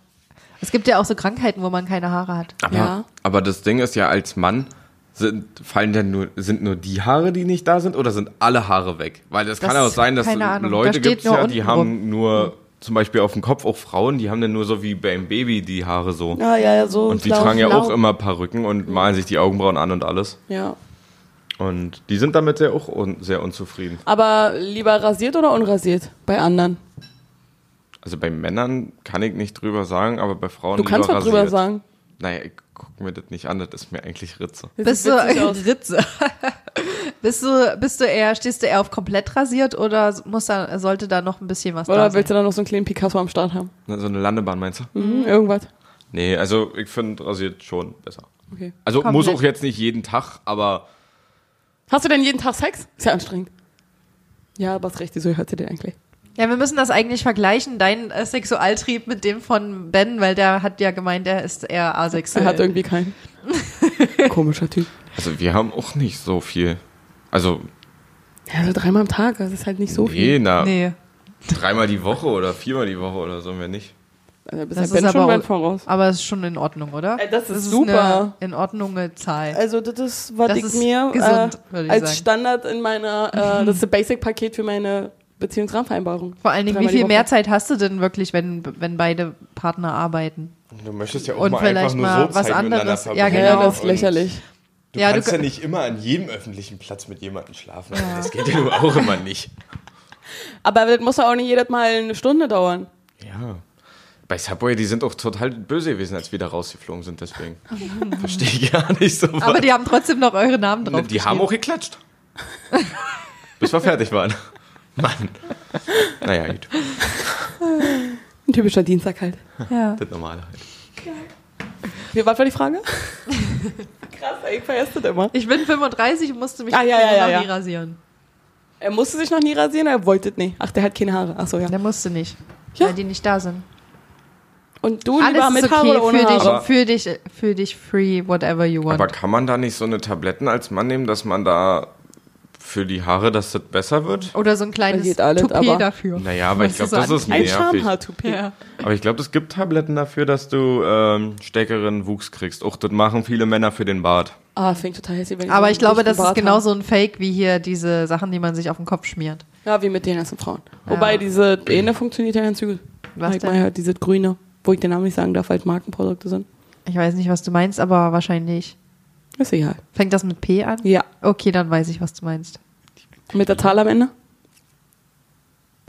Speaker 2: Es gibt ja auch so Krankheiten, wo man keine Haare hat.
Speaker 4: Aber,
Speaker 3: Ja.
Speaker 4: aber das Ding ist ja, als Mann sind, fallen denn nur, sind nur die Haare, die nicht da sind, oder sind alle Haare weg? Weil das,
Speaker 2: Das-
Speaker 4: kann auch sein, dass
Speaker 2: keine Ahnung. Da
Speaker 4: Leute
Speaker 2: steht
Speaker 4: gibt
Speaker 2: nur
Speaker 4: ja, die
Speaker 2: unten
Speaker 4: haben
Speaker 2: rum.
Speaker 4: nur zum Beispiel auf dem Kopf auch Frauen, die haben dann nur so wie beim Baby die Haare so.
Speaker 3: Ja, Ah, ja, ja, so.
Speaker 4: und die
Speaker 3: blau,
Speaker 4: tragen ja
Speaker 3: blau.
Speaker 4: auch immer Perücken und malen sich die Augenbrauen an und alles.
Speaker 3: Ja.
Speaker 4: Und die sind damit ja auch un sehr unzufrieden.
Speaker 3: Aber lieber rasiert oder unrasiert bei anderen?
Speaker 4: Also bei Männern kann ich nicht drüber sagen, aber bei Frauen
Speaker 3: Du kannst
Speaker 4: lieber
Speaker 3: was drüber
Speaker 4: rasiert.
Speaker 3: sagen.
Speaker 4: Naja, ich guck mir das nicht an, das ist mir eigentlich Ritze.
Speaker 3: Das
Speaker 2: Bist
Speaker 3: sieht
Speaker 2: du
Speaker 3: witzig aus.
Speaker 2: Ritze? bist du bist du eher stehst du eher auf komplett rasiert oder muss da sollte da noch ein bisschen was da
Speaker 3: Oder
Speaker 2: sein?
Speaker 3: willst du dann noch so einen kleinen Picasso am Start haben?
Speaker 4: Na, So eine Landebahn meinst du?
Speaker 3: Mhm, irgendwas.
Speaker 4: Nee, also ich finde rasiert schon besser.
Speaker 3: Okay.
Speaker 4: Also
Speaker 2: Komplett.
Speaker 4: muss auch jetzt nicht jeden Tag, aber
Speaker 3: Hast du denn jeden Tag Sex? Ist ja anstrengend. Ja, aber hast recht, wieso hört ihr den eigentlich?
Speaker 2: Ja, wir müssen das eigentlich vergleichen, dein äh, Sexualtrieb mit dem von Ben, weil der hat ja gemeint, der ist eher asexuell.
Speaker 3: Er hat irgendwie keinen. Komischer Typ.
Speaker 4: Also wir haben auch nicht so viel. Also,
Speaker 3: Ja, so dreimal am Tag, das ist halt nicht so viel.
Speaker 4: nee, na,
Speaker 2: nee,
Speaker 4: dreimal die Woche oder viermal die Woche oder so, mehr nicht.
Speaker 3: Also, da bist
Speaker 2: das
Speaker 3: halt
Speaker 2: ist
Speaker 3: Ben schon
Speaker 2: aber, Äh,
Speaker 3: weit voraus.
Speaker 2: aber ist schon in Ordnung, oder?
Speaker 3: Ey, das ist
Speaker 2: Eine
Speaker 3: super.
Speaker 2: in Ordnung Zahl.
Speaker 3: Also das ist, was
Speaker 2: Das
Speaker 3: ich
Speaker 2: ist
Speaker 3: mir
Speaker 2: gesund,
Speaker 3: äh,
Speaker 2: würde ich
Speaker 3: als
Speaker 2: sagen.
Speaker 3: Standard in meiner, äh, das ist das Basic-Paket für meine Beziehungsrahmenvereinbarung.
Speaker 2: Vor allen Dingen, wie
Speaker 3: Dreimal die
Speaker 2: viel
Speaker 3: Woche.
Speaker 2: mehr Zeit hast du denn wirklich, wenn, wenn beide Partner arbeiten?
Speaker 4: Du möchtest ja auch
Speaker 2: Und
Speaker 4: mal
Speaker 2: vielleicht
Speaker 4: einfach nur
Speaker 2: mal was
Speaker 4: so Zeit miteinander
Speaker 2: anderes. Ja,
Speaker 4: verbringen
Speaker 2: genau.
Speaker 3: Ja, das ist
Speaker 4: und
Speaker 3: lächerlich.
Speaker 4: Du
Speaker 2: Ja, du
Speaker 4: kannst
Speaker 2: ka-
Speaker 4: ja nicht immer an jedem öffentlichen Platz mit jemandem schlafen. Also Das geht ja nun auch immer nicht.
Speaker 3: Aber das muss ja auch nicht jedes Mal eine Stunde dauern.
Speaker 4: Ja. Bei Subway, die sind auch total böse gewesen, als wir da rausgeflogen sind, deswegen. Verstehe ich gar nicht so
Speaker 2: Aber die haben trotzdem noch eure Namen drauf.
Speaker 4: Ne, Die haben auch geklatscht. Bis wir fertig waren. Mann. Naja, gut.
Speaker 3: Ein typischer Dienstag halt.
Speaker 2: Ja.
Speaker 4: Das normale halt.
Speaker 3: Wie war die Frage? Krass, ey, ich vergesse das immer.
Speaker 2: Ich bin 35 und musste mich
Speaker 3: Ah, ja, ja, ja,
Speaker 2: noch
Speaker 3: ja.
Speaker 2: nie rasieren.
Speaker 3: Er musste sich noch nie rasieren, er wollte es nicht. Ach, der hat keine Haare. Ach so, ja.
Speaker 2: Der musste nicht,
Speaker 3: Ja.
Speaker 2: weil die nicht da sind.
Speaker 3: Und du
Speaker 2: Alles
Speaker 3: lieber
Speaker 2: ist
Speaker 3: mit
Speaker 2: okay,
Speaker 3: Haare oder ohne
Speaker 2: für,
Speaker 3: Haare?
Speaker 4: Haare?
Speaker 2: Dich, für dich, für dich free, whatever you want.
Speaker 4: Aber kann man da nicht so eine Tabletten als Mann nehmen, dass man da für die Haare, dass das besser wird?
Speaker 2: Oder so ein kleines
Speaker 3: geht alles,
Speaker 2: Toupet
Speaker 3: aber-
Speaker 2: dafür.
Speaker 4: Naja, aber ich
Speaker 2: Das
Speaker 4: glaube,
Speaker 2: ist
Speaker 4: das
Speaker 2: so
Speaker 4: ist
Speaker 3: Ein
Speaker 4: nervig.
Speaker 3: Schamhaar-Toupet.
Speaker 2: Ja.
Speaker 4: Aber ich glaube, es gibt Tabletten dafür, dass du ähm, stärkeren Wuchs kriegst. Och, das machen viele Männer für den Bart.
Speaker 3: Ah, fängt total hässlich, wenn die so
Speaker 2: Aber
Speaker 3: einen
Speaker 2: ich glaube, das
Speaker 3: dichten
Speaker 2: ist
Speaker 3: Bart
Speaker 2: genauso ein Fake wie hier diese Sachen, die man sich auf den Kopf schmiert.
Speaker 3: haben. Ja, wie mit den ganzen Frauen. Wobei diese Bähne funktioniert ja ganz gut.
Speaker 2: Was
Speaker 3: ich
Speaker 2: denn?
Speaker 3: mal diese grüne, wo ich den Namen nicht sagen darf, weil es Markenprodukte sind.
Speaker 2: Ich weiß nicht, was du meinst, aber wahrscheinlich.
Speaker 3: Ist egal.
Speaker 2: Fängt das mit P an?
Speaker 3: Ja.
Speaker 2: Okay, dann weiß ich, was du meinst.
Speaker 3: Mit der Zahl am Ende?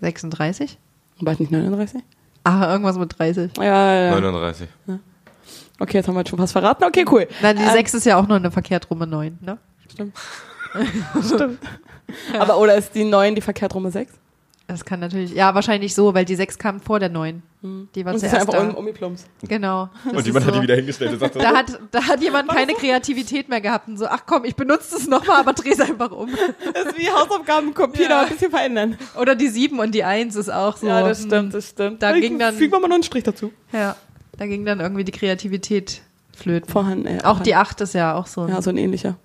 Speaker 2: 36?
Speaker 3: War es nicht 39?
Speaker 2: Ah, irgendwas mit 30.
Speaker 3: Ja, ja, ja.
Speaker 4: 39.
Speaker 3: Okay, jetzt haben wir jetzt schon fast verraten. Okay, cool.
Speaker 2: Nein, die
Speaker 3: Ähm,
Speaker 2: 6 ist ja auch nur eine verkehrt rumme 9, ne?
Speaker 3: Aber oder ist die 9 die verkehrt rum 6?
Speaker 2: Das kann natürlich, ja, wahrscheinlich so, weil die 6 kam vor der 9. Die war
Speaker 3: Und sie ist
Speaker 2: zuerst
Speaker 3: einfach
Speaker 2: da.
Speaker 3: um, umgeplumpt.
Speaker 2: Genau. Das
Speaker 4: Und
Speaker 2: ist
Speaker 4: jemand
Speaker 2: so.
Speaker 4: hat die wieder hingestellt und sagt,
Speaker 2: da hat, da hat jemand keine Kreativität mehr gehabt und so, ach komm, ich benutze das nochmal, aber dreh's einfach um.
Speaker 3: Das ist wie Hausaufgaben kopieren,
Speaker 2: Ja.
Speaker 3: aber ein bisschen verändern.
Speaker 2: Oder die 7 und die 1 ist auch so. hm,
Speaker 3: das stimmt.
Speaker 2: Da
Speaker 3: Ich-
Speaker 2: ging dann-
Speaker 3: Fügen wir mal noch einen Strich dazu.
Speaker 2: Ja, da ging dann irgendwie die Kreativität flöten.
Speaker 3: Vorhanden, äh,
Speaker 2: Auch die 8 ist ja auch so. ein-
Speaker 3: Ja, so ein ähnlicher.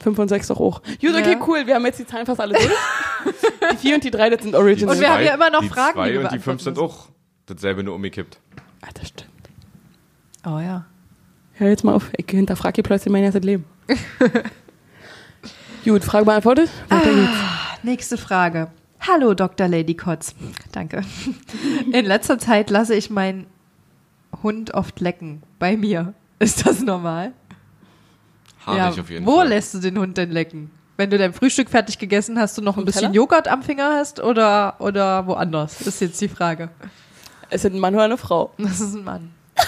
Speaker 3: fünf und sechs doch auch. Gut, okay,
Speaker 2: Ja.
Speaker 3: cool. Wir haben jetzt die Zahlen fast alle durch. die vier und die drei das sind Original.
Speaker 2: Und wir haben ja immer noch
Speaker 4: die
Speaker 2: Fragen, die
Speaker 4: Zwei
Speaker 2: wir
Speaker 4: und die fünf
Speaker 2: beantworten
Speaker 4: sind auch dasselbe nur umgekippt.
Speaker 3: ah, das stimmt.
Speaker 2: Oh ja.
Speaker 3: Hör jetzt mal auf. Ich hinterfrage hier plötzlich mein ganzes Leben. Gut, Frage beantwortet. Weiter
Speaker 2: Ah.
Speaker 3: geht's.
Speaker 2: Nächste Frage. Hallo Dr. Lady Kotz. Danke. In letzter Zeit lasse ich meinen Hund oft lecken. Bei mir. Ist das normal?
Speaker 4: Haarig Ah, auf jeden
Speaker 2: Wo
Speaker 4: Fall.
Speaker 2: lässt du den Hund denn lecken? Wenn du dein Frühstück fertig gegessen hast und noch ein
Speaker 3: Vom
Speaker 2: bisschen
Speaker 3: Teller?
Speaker 2: Joghurt am Finger hast oder, oder woanders? Ist jetzt die Frage.
Speaker 3: Es sind ein Mann oder eine Frau.
Speaker 2: Das ist ein Mann.
Speaker 3: Das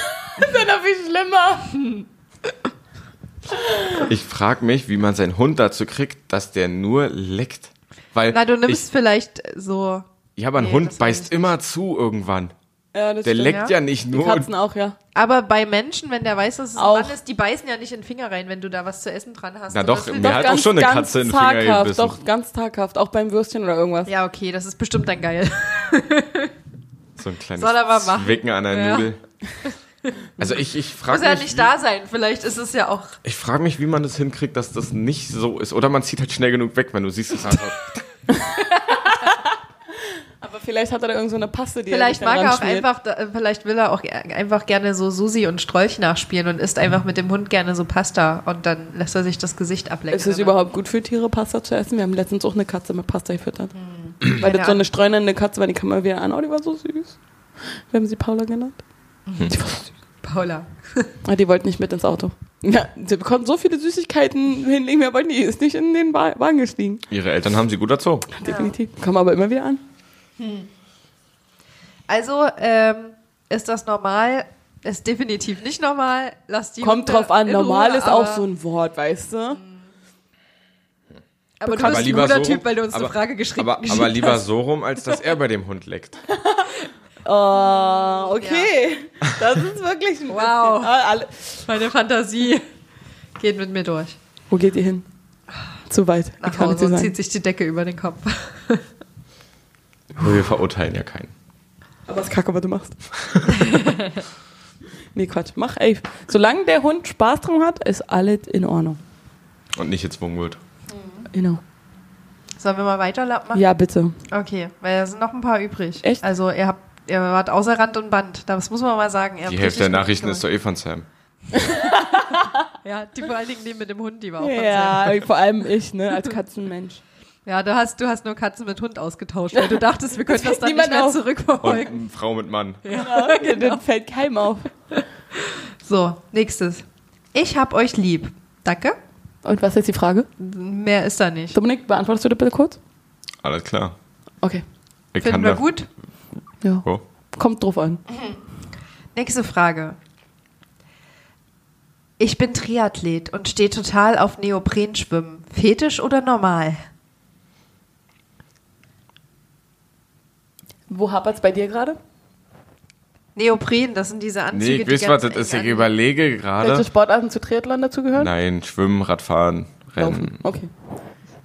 Speaker 3: ist ja noch viel schlimmer.
Speaker 4: Ich frage mich, wie man seinen Hund dazu kriegt, dass der nur leckt. Weil
Speaker 2: Na, du nimmst vielleicht so.
Speaker 4: ich, ja, aber ein
Speaker 2: Nee, das
Speaker 4: Hund
Speaker 2: weiß
Speaker 4: beißt
Speaker 2: ich
Speaker 4: immer zu irgendwann.
Speaker 3: Ja, das
Speaker 4: Der
Speaker 3: stimmt.
Speaker 4: leckt
Speaker 2: ja.
Speaker 4: ja, nicht
Speaker 3: Die
Speaker 4: nur.
Speaker 3: Katzen auch, ja.
Speaker 2: Aber bei Menschen, wenn der weiß, dass es ein
Speaker 3: Auch.
Speaker 2: Mann ist, die beißen ja nicht in den Finger rein, wenn du da was zu essen dran hast.
Speaker 4: Na
Speaker 2: Und
Speaker 4: doch,
Speaker 2: das will-
Speaker 4: mir hat auch schon eine Katze in den Finger
Speaker 3: zaghaft,
Speaker 4: gebissen.
Speaker 3: Doch, ganz taghaft. Auch beim Würstchen oder irgendwas.
Speaker 2: Ja, okay, das ist bestimmt dann geil.
Speaker 4: So ein kleines
Speaker 2: Soll er mal machen.
Speaker 4: Zwicken an der
Speaker 2: Ja.
Speaker 4: Nudel. Also ich, ich
Speaker 2: Muss
Speaker 4: frage
Speaker 2: ja
Speaker 4: mich,
Speaker 2: nicht
Speaker 4: wie-
Speaker 2: da sein. Vielleicht ist es ja auch.
Speaker 4: ich frage mich, wie man das hinkriegt, dass das nicht so ist. Oder man zieht halt schnell genug weg, wenn du siehst, dass er
Speaker 3: Aber vielleicht hat er da irgend so eine Paste, die
Speaker 2: Vielleicht
Speaker 3: er sich
Speaker 2: mag
Speaker 3: dann
Speaker 2: er auch
Speaker 3: ranschmiert.
Speaker 2: einfach, da- vielleicht will er auch ge- einfach gerne so Susi und Strolch nachspielen und isst einfach mit dem Hund gerne so Pasta und dann lässt er sich das Gesicht ablecken.
Speaker 3: Ist es
Speaker 2: ne?
Speaker 3: überhaupt gut für Tiere, Pasta zu essen? Wir haben letztens auch eine Katze mit Pasta gefüttert.
Speaker 2: Mhm. Keine
Speaker 3: Weil das so eine
Speaker 2: Ahnung.
Speaker 3: streunende Katze war, die kam mal wieder an. Oh, die war so süß. Wir haben sie Paula genannt.
Speaker 4: Mhm.
Speaker 3: Die war so süß.
Speaker 2: Paula.
Speaker 3: Ah, die wollten nicht mit ins Auto. Ja, wir konnten so viele Süßigkeiten hinlegen, wir wollten die ist nicht in den Wa- Wagen gestiegen.
Speaker 4: Ihre Eltern haben sie gut erzogen.
Speaker 3: Definitiv. Kommen aber immer wieder an.
Speaker 2: Also, ähm, ist das normal? Ist definitiv nicht normal. Lass die
Speaker 3: Kommt
Speaker 2: Hunde
Speaker 3: drauf an,
Speaker 2: in
Speaker 3: normal
Speaker 2: Ruhe,
Speaker 3: ist auch
Speaker 2: aber-
Speaker 3: so ein Wort, weißt du?
Speaker 2: Aber du
Speaker 4: Aber
Speaker 2: bist ein
Speaker 4: lieber
Speaker 2: guter
Speaker 4: so
Speaker 2: Typ,
Speaker 4: rum-
Speaker 2: weil du uns eine
Speaker 4: aber-
Speaker 2: Frage geschrieben
Speaker 4: Aber, aber
Speaker 2: geschickt
Speaker 4: lieber
Speaker 2: hast.
Speaker 4: so rum, als dass er bei dem Hund leckt.
Speaker 3: Ah, okay. Das ist wirklich ein
Speaker 2: Wow.
Speaker 3: bisschen- Ah, alle.
Speaker 2: Meine Fantasie geht mit mir durch.
Speaker 3: Wo geht ihr hin? zu weit. Ich
Speaker 2: Nach
Speaker 3: kann nicht
Speaker 2: Hause
Speaker 3: so
Speaker 2: und
Speaker 3: sein.
Speaker 2: zieht sich die Decke über den Kopf.
Speaker 4: Aber wir verurteilen ja keinen.
Speaker 3: Aber ist kacke, was du machst. nee, Quatsch. Mach ey. Solange der Hund Spaß dran hat, ist alles in Ordnung.
Speaker 4: Und nicht gezwungen wird.
Speaker 3: Genau.
Speaker 2: Sollen wir mal weitermachen?
Speaker 3: Ja, bitte.
Speaker 2: Okay, weil da sind noch ein paar übrig.
Speaker 3: Echt?
Speaker 2: Also ihr habt, ihr wart außer Rand und Band. Das muss man mal sagen. Ihr habt
Speaker 4: Die Hälfte
Speaker 2: richtig
Speaker 4: der
Speaker 2: gut
Speaker 4: Nachrichten ist
Speaker 2: gemacht.
Speaker 4: doch eh von Sam.
Speaker 2: Ja, die vor allen Dingen die mit dem Hund, die war auch von Sam.
Speaker 3: Ja, vor allem ich, ne, als Katzenmensch.
Speaker 2: Ja, du hast, du hast nur Katzen mit Hund ausgetauscht, weil du dachtest, wir können das dann nicht
Speaker 3: Niemand
Speaker 2: mehr
Speaker 3: auf.
Speaker 4: Und
Speaker 2: zurückverfolgen.
Speaker 4: eine Frau mit Mann.
Speaker 3: Ja, Genau,
Speaker 2: Genau.
Speaker 3: Dann fällt keinem auf.
Speaker 2: So, nächstes. Ich hab euch lieb. Danke.
Speaker 3: Und was ist jetzt die Frage?
Speaker 2: Mehr ist da nicht.
Speaker 3: Dominik, beantwortest du das bitte kurz?
Speaker 4: Alles klar.
Speaker 3: Okay.
Speaker 4: Ich
Speaker 2: Finden wir
Speaker 4: da-
Speaker 2: gut.
Speaker 3: Ja.
Speaker 4: Oh.
Speaker 3: Kommt drauf an.
Speaker 2: Nächste Frage. Ich bin Triathlet und stehe total auf Neoprenschwimmen. Fetisch oder normal?
Speaker 3: Wo hapert's bei dir gerade?
Speaker 2: Neopren, das sind diese Anzüge,
Speaker 4: Nee, ich
Speaker 2: die
Speaker 4: weiß, was
Speaker 2: ganz
Speaker 4: das ist.
Speaker 2: eng
Speaker 4: Ich
Speaker 2: an-
Speaker 4: überlege
Speaker 3: Welche
Speaker 4: gerade.
Speaker 3: Sportarten zu Triathlon dazugehören?
Speaker 4: Nein, Schwimmen, Radfahren, Rennen.
Speaker 3: Laufen. Okay.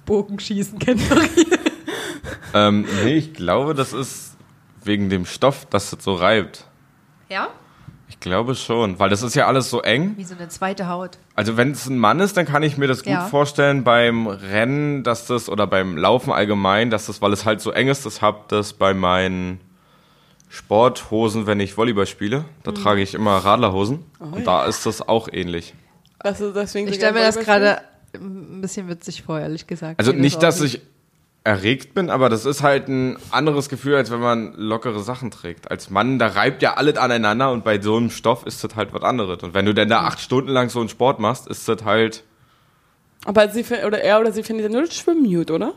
Speaker 2: Bogenschießen Kennerie.
Speaker 4: Ähm, nee, ich glaube, das ist wegen dem Stoff, dass das so reibt.
Speaker 2: Ja?
Speaker 4: Ich glaube schon, weil das ist ja alles so eng.
Speaker 2: Wie so eine zweite Haut.
Speaker 4: Also wenn es ein Mann ist, dann kann ich mir das gut
Speaker 2: Ja.
Speaker 4: vorstellen beim Rennen, dass das oder beim Laufen allgemein, dass das, weil es halt so eng ist, das hab das bei meinen Sporthosen, wenn ich Volleyball spiele, da trage ich immer Radlerhosen und da ist das auch ähnlich.
Speaker 3: Das ist Also deswegen
Speaker 2: Ich stelle mir das gerade ein bisschen witzig vor, ehrlich gesagt.
Speaker 4: Also
Speaker 2: Wie das
Speaker 4: nicht, dass
Speaker 2: aussieht.
Speaker 4: ich erregt bin, aber das ist halt ein anderes Gefühl, als wenn man lockere Sachen trägt. Als Mann, da reibt ja alles aneinander und bei so einem Stoff ist das halt was anderes. Und wenn du denn da acht Stunden lang so einen Sport machst, ist das halt
Speaker 3: Aber sie, fin- oder er oder sie findet ja nur das Schwimmen gut, oder?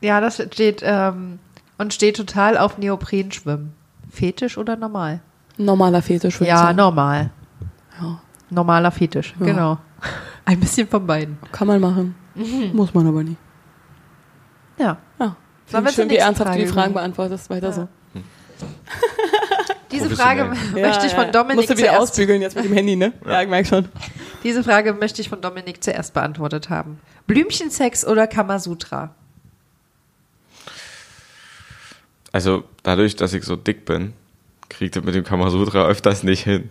Speaker 2: Ja, das steht ähm, und steht total auf Neoprenschwimmen. Fetisch oder normal?
Speaker 3: Normaler Fetisch. würd ich
Speaker 2: Ja,
Speaker 3: sagen.
Speaker 2: normal.
Speaker 3: Ja.
Speaker 2: Normaler Fetisch, genau. Ein bisschen von beiden.
Speaker 3: Kann man machen. Muss man aber nicht.
Speaker 2: Ja.
Speaker 3: Mhm. Ja.
Speaker 2: Sollen wir zur
Speaker 3: Finde ich schön, wie
Speaker 2: nächsten
Speaker 3: ernsthaft du die
Speaker 2: Frage
Speaker 3: Fragen
Speaker 2: gehen?
Speaker 3: beantwortest. Weiter so.
Speaker 2: Diese Frage
Speaker 4: Professionell.
Speaker 2: möchte ich von Dominik
Speaker 3: Musst du wieder
Speaker 2: zuerst,
Speaker 3: ausbügeln jetzt mit dem Handy, ne? Ja, ich merke schon.
Speaker 2: Diese Frage möchte ich von Dominik zuerst beantwortet haben. Blümchensex oder Kamasutra?
Speaker 4: Also dadurch, dass ich so dick bin, kriegt das mit dem Kamasutra öfters nicht hin.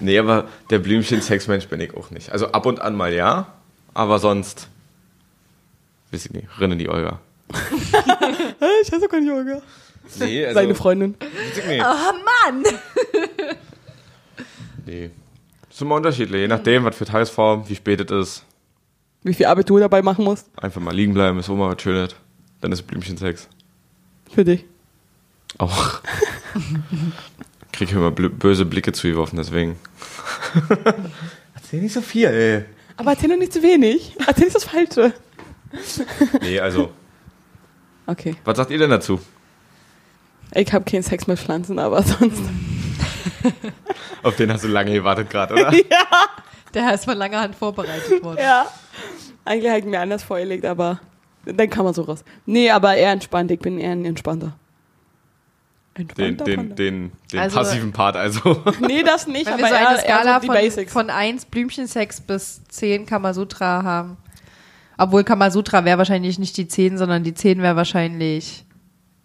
Speaker 4: nee, aber der Blümchen-Sexmensch bin ich auch nicht. Also ab und an mal ja, aber sonst. Weiß ich nicht, Rinne die Olga.
Speaker 3: Äh, Ich hasse keinen Yoga.
Speaker 4: Nee, also,
Speaker 3: Seine Freundin.
Speaker 4: Weiß ich nicht.
Speaker 2: Oh Mann!
Speaker 4: Nee. Ist immer unterschiedlich, je nachdem, was für Tagesform, wie spät es ist.
Speaker 3: Wie viel Arbeit du dabei machen musst
Speaker 4: Einfach mal liegen bleiben, ist Oma was Schönes. Dann ist Blümchen-Sex.
Speaker 3: für dich.
Speaker 4: Auch. Krieg ich immer blö- böse Blicke zugeworfen, deswegen. Erzähl nicht so viel, ey.
Speaker 3: Aber erzähl doch nicht zu wenig. Erzähl nicht das Falsche.
Speaker 4: Nee, also,
Speaker 3: Okay.
Speaker 4: was sagt ihr denn dazu?
Speaker 3: Ich habe keinen Sex mit Pflanzen, aber sonst.
Speaker 4: Auf den hast du lange gewartet gerade, oder?
Speaker 2: Der ist von langer Hand vorbereitet worden.
Speaker 3: Ja. Eigentlich habe ich mir anders vorgelegt, aber dann kann man so raus. Nee, aber eher entspannt. Ich bin eher ein entspannter.
Speaker 4: Den,
Speaker 3: Entspannter
Speaker 4: den,
Speaker 3: Panda.
Speaker 4: den, den
Speaker 2: Also-
Speaker 4: passiven Part also.
Speaker 3: Nee, das nicht,
Speaker 2: Wenn
Speaker 3: aber
Speaker 2: wir so
Speaker 3: eher,
Speaker 2: eine
Speaker 3: eher so
Speaker 2: Skala
Speaker 3: halt die
Speaker 2: von,
Speaker 3: Basics.
Speaker 2: von 1 Blümchensex bis 10 Kamasutra haben. Obwohl Kamasutra wäre wahrscheinlich nicht die 10, sondern die 10 wäre wahrscheinlich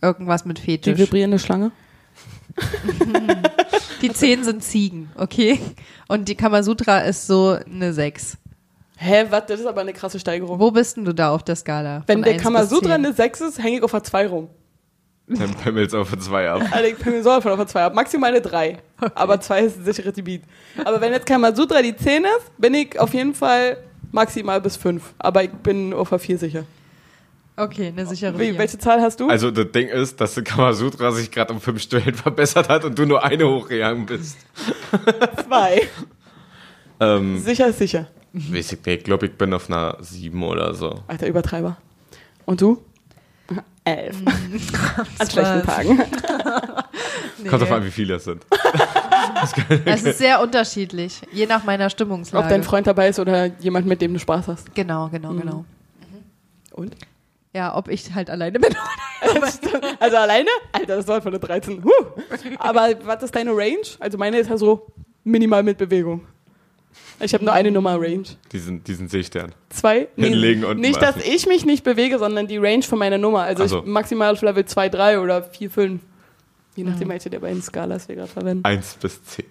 Speaker 2: irgendwas mit
Speaker 3: die
Speaker 2: Fetisch.
Speaker 3: vibrierende Schlange.
Speaker 2: Die 10 sind Ziegen, okay? Und die Kamasutra ist so eine 6.
Speaker 3: Hä, was? Das ist aber eine krasse Steigerung.
Speaker 2: Wo bist denn du da auf der Skala?
Speaker 3: Wenn
Speaker 2: Von
Speaker 3: der
Speaker 2: 1
Speaker 3: Kamasutra
Speaker 2: bis 10?
Speaker 3: eine 6 ist, hänge ich auf der 2 rum.
Speaker 4: Dann pimmelt's auf zwei ab.
Speaker 3: Also ich bin mir so von auf der 2 ab. Maximal eine 3. Aber 2 ist ein sicheres Gebiet. Aber wenn jetzt Kamasutra die 10 ist, bin ich auf jeden Fall maximal bis 5. Aber ich bin auf der 4 sicher.
Speaker 2: Okay, eine sichere
Speaker 3: Wie,
Speaker 2: vier.
Speaker 3: welche Zahl hast du?
Speaker 4: Also, das Ding ist, dass der Kamasutra sich gerade um fünf Stellen verbessert hat und du nur eine hochgegangen bist.
Speaker 3: 2.
Speaker 4: Ähm,
Speaker 3: Sicher ist sicher.
Speaker 4: weiß ich nicht, ich glaube, ich bin auf einer sieben oder so.
Speaker 3: Alter Übertreiber. Und du? 11. An schlechten
Speaker 2: war's.
Speaker 3: Tagen.
Speaker 2: Nee.
Speaker 4: Kommt drauf an, wie viele das sind.
Speaker 2: Es ist sehr unterschiedlich, je nach meiner Stimmungslage.
Speaker 3: Ob dein Freund dabei ist oder jemand, mit dem du Spaß hast.
Speaker 2: Genau, genau, genau.
Speaker 3: Mhm. Und?
Speaker 2: Ja, ob ich halt alleine bin.
Speaker 3: Also alleine? Alter, das war einfach eine 13. Huh. Aber was ist deine Range? Also meine ist ja so minimal mit Bewegung. Ich habe nur eine Nummer Range.
Speaker 4: Diesen, diesen Seestern.
Speaker 3: Zwei?
Speaker 4: Hinlegen und
Speaker 3: Nicht,
Speaker 4: werfen.
Speaker 3: dass ich mich nicht bewege, sondern die Range von meiner Nummer. Also
Speaker 4: Ach so.
Speaker 3: ich maximal auf Level 2, 3 oder 4, 5. Je nachdem, welche der beiden Skalas wir gerade verwenden.
Speaker 4: Eins bis zehn.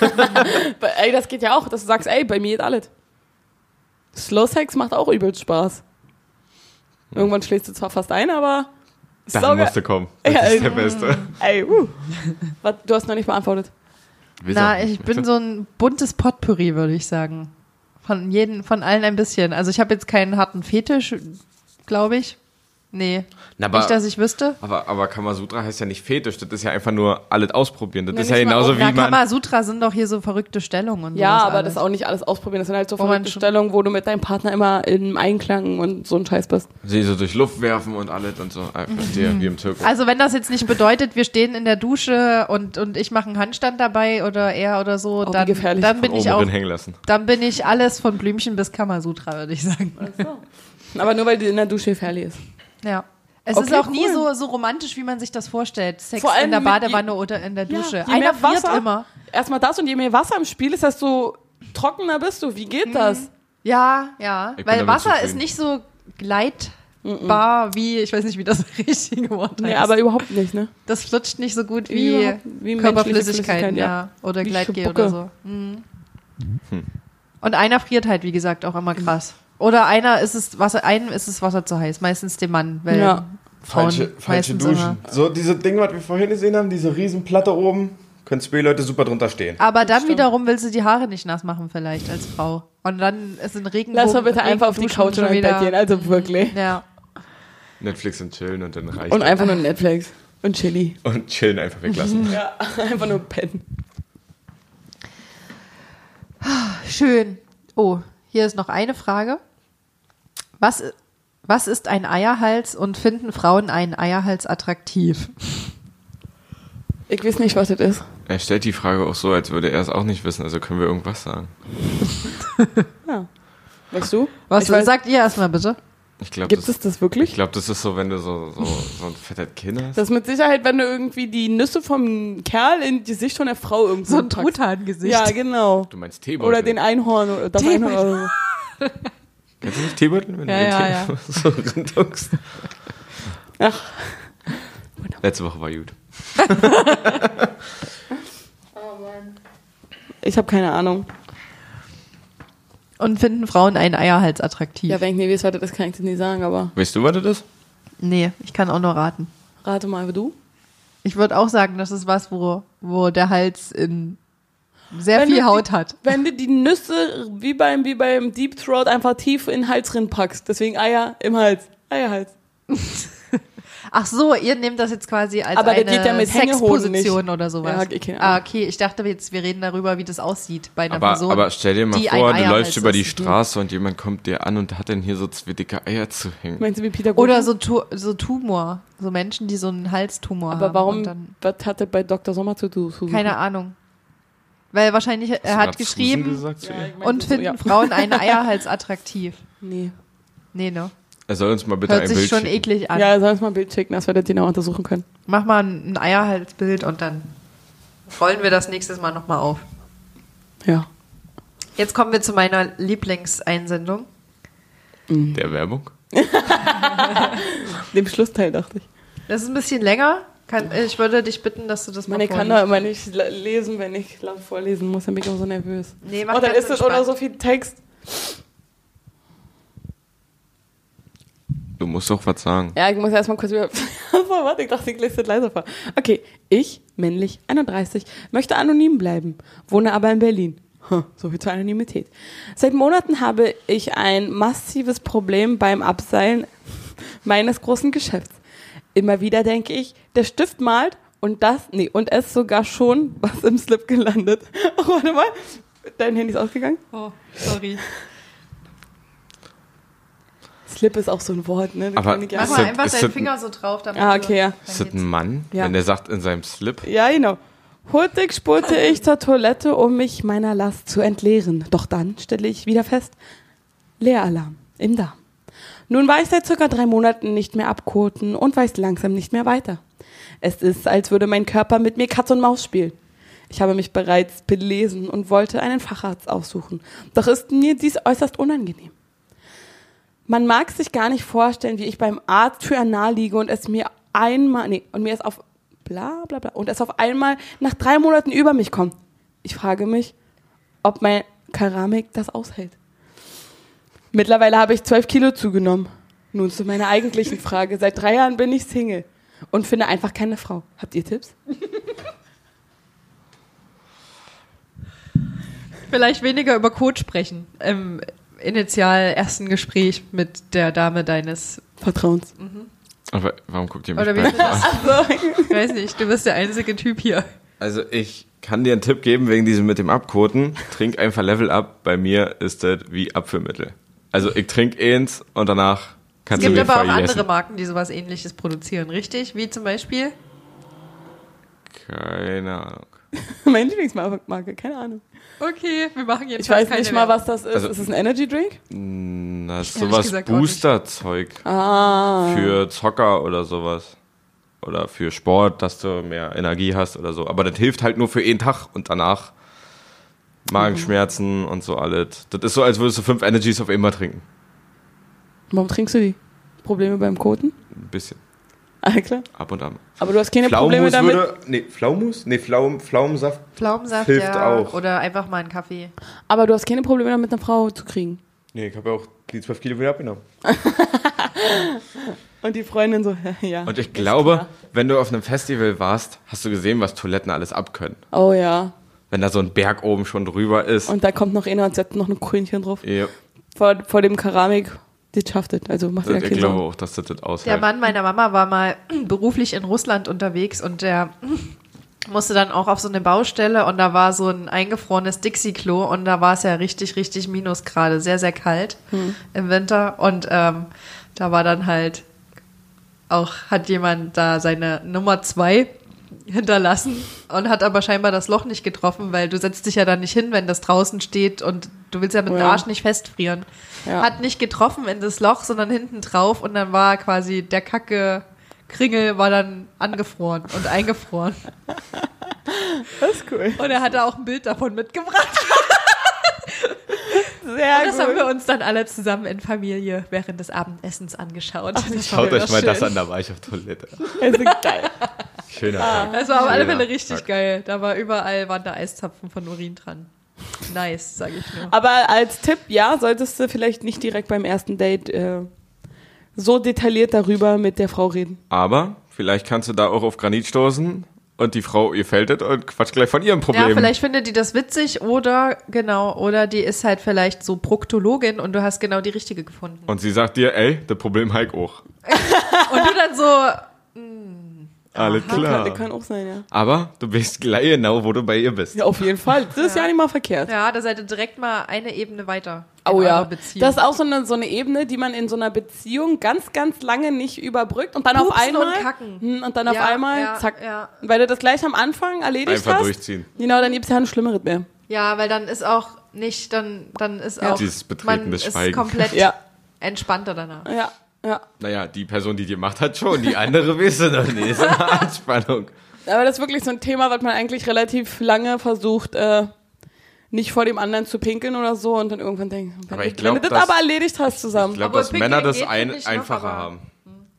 Speaker 3: Aber, ey, das geht ja auch, dass du sagst, ey, bei mir geht alles. Slow Sex macht auch übelst Spaß. Irgendwann schlägst du zwar fast ein, aber. ist
Speaker 4: Dann
Speaker 3: saugeil.
Speaker 4: musst du kommen. Das
Speaker 3: Ja,
Speaker 4: ist der
Speaker 3: ähm,
Speaker 2: also
Speaker 4: Beste.
Speaker 3: Ey, uh. Was, du hast noch nicht beantwortet.
Speaker 2: Na, ich bin so ein buntes Potpourri, würde ich sagen. Von jeden, von allen ein bisschen. Also ich habe jetzt keinen harten Fetisch, glaube ich. Nee.
Speaker 4: Na, aber-
Speaker 2: nicht, dass ich wüsste.
Speaker 4: Aber, aber Kamasutra heißt ja nicht Fetisch, das ist ja einfach nur alles ausprobieren. Das
Speaker 3: Na,
Speaker 4: ist ja
Speaker 3: nicht mal
Speaker 4: genauso
Speaker 3: auf-
Speaker 4: wie
Speaker 2: Na,
Speaker 4: man.
Speaker 2: Kamasutra sind doch hier so verrückte Stellungen und
Speaker 3: Ja,
Speaker 2: sowas
Speaker 3: aber
Speaker 2: alles.
Speaker 3: das auch nicht alles ausprobieren. Das sind halt so
Speaker 2: Wo man
Speaker 3: verrückte
Speaker 2: schon-
Speaker 3: Stellungen, wo du mit deinem Partner immer im Einklang und so ein Scheiß bist.
Speaker 4: Sie so durch Luft werfen und alles und so. Ah, Ich verstehe, wie im Zirkus.
Speaker 2: Also wenn das jetzt nicht bedeutet, wir stehen in der Dusche und, und ich mache einen Handstand dabei oder er oder so,
Speaker 3: wie
Speaker 2: dann,
Speaker 3: gefährlich.
Speaker 2: dann bin
Speaker 4: Oben
Speaker 2: ich auch,
Speaker 4: drin hängen lassen.
Speaker 2: dann bin ich alles von Blümchen bis Kamasutra, würde ich sagen.
Speaker 3: Aber nur weil die in der Dusche fertig ist.
Speaker 2: Ja. Es ist
Speaker 3: Okay,
Speaker 2: auch nie so,
Speaker 3: cool.
Speaker 2: so romantisch, wie man sich das vorstellt. Sex
Speaker 3: Vor allem
Speaker 2: in der
Speaker 3: mit je-
Speaker 2: Badewanne oder in der Dusche.
Speaker 3: Ja, je
Speaker 2: Einer
Speaker 3: mehr
Speaker 2: friert
Speaker 3: Wasser-
Speaker 2: immer.
Speaker 3: Erstmal das und je mehr Wasser im Spiel ist, desto trockener bist du. Wie geht das?
Speaker 2: Mhm. Ja, ja.
Speaker 4: Ich bin
Speaker 2: Weil
Speaker 4: damit
Speaker 2: Wasser
Speaker 4: zufrieden.
Speaker 2: ist nicht so gleitbar wie, ich weiß nicht, wie das richtige Wort heißt.
Speaker 3: Nee, aber überhaupt nicht, ne?
Speaker 2: das flutscht nicht so gut
Speaker 3: Wie
Speaker 2: wie,
Speaker 3: überhaupt- wie menschliche
Speaker 2: Körperflüssigkeiten,
Speaker 3: Flüssigkeit,
Speaker 2: ja.
Speaker 3: ja.
Speaker 2: Oder
Speaker 3: Wie
Speaker 2: Gleitgel
Speaker 3: Schubucke.
Speaker 2: oder so. Mhm. Und einer friert halt, wie gesagt, auch immer krass. Oder einer ist es Wasser, einem ist es Wasser zu heiß, meistens dem Mann, weil
Speaker 3: Ja.
Speaker 2: Frauen meistens Immer.
Speaker 4: So, diese Ding, was wir vorhin gesehen haben, diese Riesenplatte oben, können Spielleute super drunter stehen.
Speaker 2: Aber dann wiederum willst du die Haare nicht nass machen, vielleicht als Frau. Und dann ist ein Regen.
Speaker 3: Lass mal bitte einfach auf die Couch oder ins Bett gehen. Also wirklich.
Speaker 2: Ja.
Speaker 4: Netflix und chillen und dann reicht.
Speaker 3: Und einfach nur Netflix und Chili.
Speaker 4: und chillen einfach weglassen.
Speaker 3: Ja, einfach nur pennen.
Speaker 2: Schön. Oh, hier ist noch eine Frage. Was, was ist ein Eierhals und finden Frauen einen Eierhals attraktiv?
Speaker 3: Ich weiß nicht, was das ist.
Speaker 4: er stellt die Frage auch so, als würde er es auch nicht wissen, also können wir irgendwas sagen.
Speaker 3: Weißt du?
Speaker 2: Was
Speaker 3: ich weiß,
Speaker 2: sagt ihr erstmal bitte?
Speaker 4: Ich glaube,
Speaker 3: gibt
Speaker 4: das,
Speaker 3: es das
Speaker 4: ich
Speaker 3: wirklich?
Speaker 4: glaub, das ist so, wenn du so, so, so ein fetter Kind hast.
Speaker 3: Das ist mit Sicherheit, wenn du irgendwie die Nüsse vom Kerl in die Sicht von der Frau irgendwie packst.
Speaker 2: Truthahngesicht.
Speaker 3: Ja, genau.
Speaker 4: Du meinst Teebeutel.
Speaker 3: Oder den Einhorn oder das
Speaker 2: Teebeutel.
Speaker 3: Einhorn. Oder so.
Speaker 4: Kennst du nicht Teebeutel? Wenn
Speaker 2: Ja,
Speaker 4: du
Speaker 2: ja,
Speaker 4: den Tee so reindunkst.
Speaker 3: Ach,
Speaker 4: Letzte Woche war gut.
Speaker 3: ich habe keine Ahnung.
Speaker 2: Und finden Frauen einen Eierhals attraktiv?
Speaker 3: Ja, wenn ich nicht weiß, was das ist, kann ich dir nicht sagen, aber
Speaker 4: Weißt du, was das ist?
Speaker 2: nee, ich kann auch nur raten.
Speaker 3: rate mal, wie du.
Speaker 2: Ich würde auch sagen, das ist was, wo, wo der Hals in sehr
Speaker 3: Wenn
Speaker 2: viel
Speaker 3: du
Speaker 2: Haut
Speaker 3: die,
Speaker 2: hat.
Speaker 3: Wenn du die Nüsse wie beim, wie beim Deep Throat einfach tief in den Hals drin packst. Deswegen Eier im Hals. Eierhals.
Speaker 2: Ach so, ihr nehmt das jetzt quasi als
Speaker 3: Aber der
Speaker 2: eine
Speaker 3: geht ja mit Hängehoden nicht.
Speaker 2: Sexposition oder sowas.
Speaker 3: Ja, okay, keine Ahnung.
Speaker 2: ah, okay, ich dachte jetzt, wir reden darüber, wie das aussieht bei einer
Speaker 4: Aber,
Speaker 2: Person.
Speaker 4: aber stell dir mal
Speaker 2: die
Speaker 4: vor,
Speaker 2: ein
Speaker 4: du
Speaker 2: Eierhals
Speaker 4: läufst über die
Speaker 2: ist. ne?
Speaker 4: Straße und jemand kommt dir an und hat dann hier so zwei dicke Eier zu hängen.
Speaker 3: Meinst du wie Peter
Speaker 2: Oder
Speaker 3: Gurken?
Speaker 2: so, tu so Tumor, so Menschen, die so einen Halstumor haben.
Speaker 3: Aber warum,
Speaker 2: Ähm, und dann,
Speaker 3: was hat das bei Dr. Sommer zu tun?
Speaker 2: keine Ahnung. Weil wahrscheinlich, er hat geschrieben
Speaker 4: Gesagt zu ihr?
Speaker 2: und finden Frauen einen Eierhals attraktiv.
Speaker 3: Nee.
Speaker 2: Nee, ne?
Speaker 4: Er soll uns mal bitte
Speaker 2: Hört
Speaker 4: ein
Speaker 2: sich
Speaker 4: Bild
Speaker 2: schon
Speaker 4: schicken.
Speaker 2: eklig an.
Speaker 3: Ja, soll uns mal ein Bild schicken, dass wir das genau untersuchen können.
Speaker 2: Mach mal ein ein Eierhalsbild und dann rollen wir das nächstes Mal nochmal auf.
Speaker 3: Ja.
Speaker 2: Jetzt kommen wir zu meiner Lieblingseinsendung.
Speaker 4: Der Werbung?
Speaker 3: Dem Schlussteil dachte ich.
Speaker 2: Das ist ein bisschen länger. Kann, ich würde dich bitten, dass du das
Speaker 3: Man, ich
Speaker 2: mal
Speaker 3: kann
Speaker 2: vorliest.
Speaker 3: da immer nicht la- lesen, wenn ich laut vorlesen muss, dann bin ich immer so nervös.
Speaker 2: Nee, mach
Speaker 3: Und Oh, dann
Speaker 2: ganz
Speaker 3: ist das auch noch
Speaker 2: entspannt.
Speaker 3: so viel Text.
Speaker 4: Du musst doch was sagen.
Speaker 3: Ja, ich muss erstmal kurz über. so, warte, ich dachte, ich lese das leiser vor. Okay, ich, männlich, 31, möchte anonym bleiben, wohne aber in Berlin. Hm, so viel zur Anonymität. Seit Monaten habe ich ein massives Problem beim Abseilen meines großen Geschäfts. Immer wieder denke ich, der Stift malt und das, nee, und es sogar schon was im Slip gelandet. Oh, warte mal, dein Handy ist ausgegangen?
Speaker 2: Oh, sorry.
Speaker 3: Slip ist auch so ein Wort, ne? Das
Speaker 4: Aber-
Speaker 3: kann ich ja
Speaker 2: Mach
Speaker 4: Ist
Speaker 2: mal
Speaker 4: das-
Speaker 2: einfach
Speaker 4: ist
Speaker 2: deinen
Speaker 4: das-
Speaker 2: Finger so drauf. Damit
Speaker 3: Ah, okay, ja.
Speaker 2: du- dann
Speaker 4: Ist das
Speaker 2: geht's.
Speaker 4: ein Mann,
Speaker 3: Ja.
Speaker 4: wenn der sagt in seinem Slip?
Speaker 3: Ja, genau. Hurtig spurte ich zur Toilette, um mich meiner Last zu entleeren. Doch dann stelle ich wieder fest, Leeralarm im Darm. Nun war ich seit circa drei Monaten nicht mehr abkoten und weiß langsam nicht mehr weiter. Es ist, als würde mein Körper mit mir Katz und Maus spielen. Ich habe mich bereits belesen und wollte einen Facharzt aufsuchen. Doch ist mir dies äußerst unangenehm. Man mag sich gar nicht vorstellen, wie ich beim Arzt für nahe liege und es mir einmal, nee, und mir es auf, bla, bla, bla, und es auf einmal nach drei Monaten über mich kommt. Ich frage mich, ob mein Keramik das aushält. Mittlerweile habe ich zwölf Kilo zugenommen. Nun zu meiner eigentlichen Frage. Seit drei Jahren bin ich Single und finde einfach keine Frau. Habt ihr Tipps?
Speaker 2: Vielleicht weniger über Code sprechen im initial ersten Gespräch mit der Dame deines.
Speaker 3: Vertrauens.
Speaker 4: Aber warum guckt ihr mich
Speaker 2: Oder wie
Speaker 4: beide
Speaker 2: ist das?
Speaker 4: an?
Speaker 2: Ich weiß nicht, du bist der einzige Typ hier.
Speaker 4: Also ich kann dir einen Tipp geben wegen diesem mit dem Abkoten. Trink einfach Level Up. Bei mir ist das wie Abführmittel. Also ich trinke eins und danach
Speaker 2: Es
Speaker 4: kannst du
Speaker 2: gibt
Speaker 4: mich
Speaker 2: aber auch andere
Speaker 4: vergessen.
Speaker 2: Marken, die sowas ähnliches produzieren, richtig? Wie zum Beispiel?
Speaker 4: Keine Ahnung.
Speaker 3: Meine Lieblingsmarke, keine Ahnung.
Speaker 2: Okay, wir machen jetzt
Speaker 3: Ich weiß nicht mal, was das ist.
Speaker 4: Also-
Speaker 3: ist es ein Energy Drink?
Speaker 4: Das ist
Speaker 2: Ja, ehrlich
Speaker 4: Hm, sowas
Speaker 2: gesagt auch nicht.
Speaker 4: Boosterzeug
Speaker 3: Ah.
Speaker 4: für Zocker oder sowas. Oder für Sport, dass du mehr Energie hast oder so. Aber das hilft halt nur für einen Tag und danach
Speaker 3: Mhm.
Speaker 4: Magenschmerzen und so alles. Das ist so, als würdest du fünf Energies auf einmal trinken.
Speaker 3: Warum trinkst du die? Probleme beim Koten?
Speaker 4: Ein bisschen.
Speaker 3: Ah, klar.
Speaker 4: Ab und an.
Speaker 3: Aber du hast keine Probleme
Speaker 4: Pflaumenmus
Speaker 3: damit.
Speaker 4: würde. Nee, Pflaumenmus? Nee, Pflaum, Pflaumensaft.
Speaker 2: Pflaumensaft
Speaker 4: Hilft
Speaker 2: ja,
Speaker 4: auch.
Speaker 2: oder einfach mal einen Kaffee.
Speaker 3: Aber du hast keine Probleme damit, eine Frau zu kriegen.
Speaker 4: Nee, ich habe ja auch die 12 Kilo wieder abgenommen.
Speaker 3: Und die Freundin so, ja.
Speaker 4: Und ich glaube, wenn du auf einem Festival warst, hast du gesehen, was Toiletten alles abkönnen.
Speaker 3: Oh ja.
Speaker 4: Wenn da so ein Berg oben schon drüber ist.
Speaker 3: Und da kommt noch einer und setzt noch ein Krönchen drauf.
Speaker 4: ja,
Speaker 3: Vor, vor dem Keramik, die schafft es. Also macht ja
Speaker 4: ich
Speaker 3: keine
Speaker 4: glaube
Speaker 3: Sorgen.
Speaker 4: auch, dass das das aushält.
Speaker 2: Der Mann meiner Mama war mal beruflich in Russland unterwegs und der musste dann auch auf so eine Baustelle und da war so ein eingefrorenes Dixie-Klo und da war es ja richtig, richtig Minusgrade, sehr, sehr kalt im Winter und ähm, da war dann halt auch, hat jemand da seine Nummer zwei hinterlassen und hat aber scheinbar das Loch nicht getroffen, weil du setzt dich ja dann nicht hin, wenn das draußen steht und du willst ja mit dem
Speaker 3: Ja.
Speaker 2: Arsch nicht festfrieren.
Speaker 3: Ja.
Speaker 2: Hat nicht getroffen in das Loch, sondern hinten drauf und dann war quasi der Kacke Kringel war dann angefroren und eingefroren.
Speaker 3: Das ist cool.
Speaker 2: Und er hatte auch ein Bild davon mitgebracht.
Speaker 3: Sehr Oh,
Speaker 2: Und das haben
Speaker 3: gut.
Speaker 2: wir uns dann alle zusammen in Familie während des Abendessens angeschaut. das, war,
Speaker 4: Schaut euch mal
Speaker 3: schön.
Speaker 4: das an, da war ich auf Toilette.
Speaker 3: Das ist geil.
Speaker 4: Schöner
Speaker 2: das
Speaker 4: Tag.
Speaker 2: war Also auf alle
Speaker 4: Schöner
Speaker 2: Fälle richtig
Speaker 4: Tag.
Speaker 2: geil. Da war überall waren da Eiszapfen von Urin dran. Nice, sage ich nur.
Speaker 3: Aber als Tipp, ja, solltest du vielleicht nicht direkt beim ersten Date äh, so detailliert darüber mit der Frau reden.
Speaker 4: Aber vielleicht kannst du da auch auf Granit stoßen und die Frau ihr fällt das und quatscht gleich von ihrem Problem.
Speaker 2: Ja, vielleicht findet die das witzig oder genau, oder die ist halt vielleicht so Proktologin und du hast genau die richtige gefunden.
Speaker 4: und sie sagt dir, ey, das Problem Heik auch.
Speaker 2: Und du dann so,
Speaker 4: Alles
Speaker 3: Kann,
Speaker 4: klar.
Speaker 3: kann auch sein, ja.
Speaker 4: Aber du weißt gleich genau, wo du bei ihr bist.
Speaker 3: Ja, auf jeden Fall. Das ist ja, nicht mal verkehrt.
Speaker 2: ja, da seid ihr direkt mal eine Ebene weiter. in
Speaker 3: Oh ja,
Speaker 2: eurer Beziehung.
Speaker 3: das ist auch so eine, so eine Ebene, die man in so einer Beziehung ganz, ganz lange nicht überbrückt und dann auf
Speaker 2: Pupsen
Speaker 3: einmal
Speaker 2: und kacken.
Speaker 3: Hm, und dann auf
Speaker 2: Ja,
Speaker 3: einmal
Speaker 2: ja,
Speaker 3: zack,
Speaker 2: ja.
Speaker 3: weil du das gleich am Anfang erledigt
Speaker 4: Einfach
Speaker 3: hast.
Speaker 4: durchziehen.
Speaker 3: Genau, dann gibt's ja ein schlimmeres mehr.
Speaker 2: Ja, weil dann ist auch nicht, dann, dann ist
Speaker 3: Ja.
Speaker 2: auch
Speaker 4: Dieses
Speaker 2: man
Speaker 4: Betreten des
Speaker 2: ist
Speaker 4: Schweigens.
Speaker 2: komplett
Speaker 3: Ja,
Speaker 2: entspannter danach.
Speaker 3: ja, ja.
Speaker 4: Naja, die Person, die dir macht, hat schon. Die andere weißt du noch nicht. Ist eine Anspannung.
Speaker 3: Aber das ist wirklich so ein Thema, was man eigentlich relativ lange versucht, äh, nicht vor dem anderen zu pinkeln oder so und dann irgendwann denkt, wenn,
Speaker 4: Aber
Speaker 3: du-
Speaker 4: ich glaub,
Speaker 3: wenn du das
Speaker 4: dass-
Speaker 3: aber erledigt hast zusammen.
Speaker 4: Ich glaube,
Speaker 2: Obwohl
Speaker 4: dass Männer
Speaker 2: Picking
Speaker 4: das
Speaker 2: geht
Speaker 4: ein,
Speaker 2: wirklich noch,
Speaker 4: einfacher
Speaker 2: aber-
Speaker 4: haben.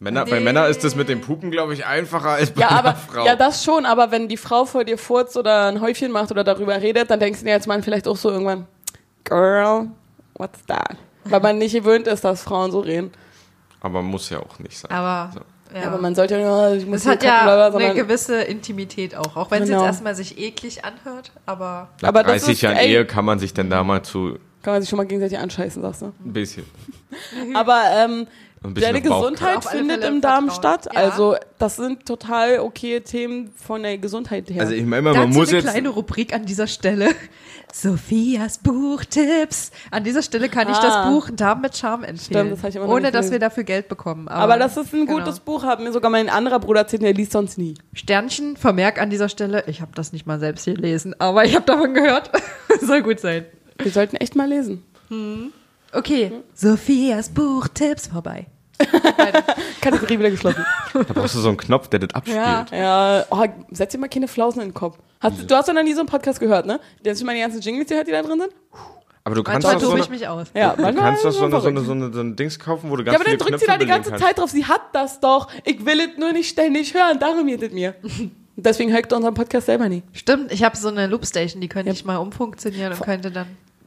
Speaker 4: Männer, Bei
Speaker 2: Nee.
Speaker 4: Männern ist das mit dem Pupen, glaube ich, einfacher als bei
Speaker 3: ja,
Speaker 4: einer
Speaker 3: aber,
Speaker 4: Frau.
Speaker 3: ja, das schon, aber wenn die Frau vor dir furzt oder ein Häufchen macht oder darüber redet, dann denkst du dir als Mann vielleicht auch so irgendwann, Girl, what's that? Weil man nicht gewöhnt ist, dass Frauen so reden.
Speaker 4: aber muss ja auch nicht sein.
Speaker 2: Aber,
Speaker 4: So.
Speaker 2: ja.
Speaker 3: Ja. Aber man sollte ja nur, ich muss
Speaker 2: es
Speaker 3: hier
Speaker 2: hat
Speaker 3: kacken, bla,
Speaker 2: ja
Speaker 3: bla,
Speaker 2: eine
Speaker 3: sondern-
Speaker 2: gewisse Intimität auch, auch wenn es
Speaker 3: Genau.
Speaker 2: jetzt erstmal sich eklig anhört, aber
Speaker 4: Nach
Speaker 3: aber das
Speaker 4: 30
Speaker 3: ist-
Speaker 4: Jahren
Speaker 3: ey-
Speaker 4: Ehe kann man sich denn da mal zu
Speaker 3: kann man sich schon mal gegenseitig anscheißen, sagst du.
Speaker 4: ein bisschen.
Speaker 3: Aber ähm,
Speaker 4: Ein bisschen
Speaker 3: deine
Speaker 4: auf Bauch-
Speaker 3: Gesundheit
Speaker 2: Mhm. Auf alle
Speaker 3: findet
Speaker 2: Fälle
Speaker 3: im Darm
Speaker 2: Vertrauen.
Speaker 3: statt.
Speaker 2: Ja.
Speaker 3: Also das sind total okay Themen von der Gesundheit her.
Speaker 4: Also ich meine immer,
Speaker 2: dazu
Speaker 4: man muss
Speaker 2: eine
Speaker 4: jetzt
Speaker 2: kleine Rubrik an dieser Stelle. Sophias Buchtipps. An dieser Stelle kann ich
Speaker 3: Ah.
Speaker 2: das Buch Darm mit Charme empfehlen,
Speaker 3: Stimmt, das hab ich immer noch
Speaker 2: ohne
Speaker 3: nicht
Speaker 2: dass wir
Speaker 3: gelesen.
Speaker 2: dafür Geld bekommen.
Speaker 3: aber das ist ein
Speaker 2: genau.
Speaker 3: gutes Buch, hat mir sogar mein anderer Bruder erzählt, der liest sonst nie.
Speaker 2: Sternchen, Vermerk an dieser Stelle. Ich habe das nicht mal selbst gelesen, aber ich habe davon gehört. Soll gut sein.
Speaker 3: Wir sollten echt mal lesen.
Speaker 2: Okay, Sophias Buchtipps vorbei.
Speaker 3: Kategorie wieder geschlossen.
Speaker 4: Da brauchst du so einen Knopf, der das abspielt.
Speaker 3: Ja, oh, setz dir mal keine Flausen in den Kopf. Hast, du- du hast doch noch nie so einen Podcast gehört, ne? Du hast schon mal die ganzen Jingles gehört, die da drin sind?
Speaker 4: Aber du kannst
Speaker 2: Manchmal
Speaker 4: doch so
Speaker 2: tobe
Speaker 4: eine,
Speaker 2: ich mich aus.
Speaker 3: Ja,
Speaker 4: du kannst doch so eine, so,
Speaker 3: verrückt.
Speaker 4: eine, so, eine, so ein Dings kaufen, wo du ganz
Speaker 3: Ja, aber dann
Speaker 4: viele
Speaker 3: drückt
Speaker 4: Knöpfe
Speaker 3: sie da die ganze
Speaker 4: belegen
Speaker 3: Zeit drauf. Sie hat das doch. Ich will es nur nicht ständig hören. Darum geht es mir. Deswegen hört unseren Podcast selber nie.
Speaker 2: Stimmt, ich habe so eine Loopstation, die könnte
Speaker 3: Ja.
Speaker 2: ich mal umfunktionieren und könnte dann.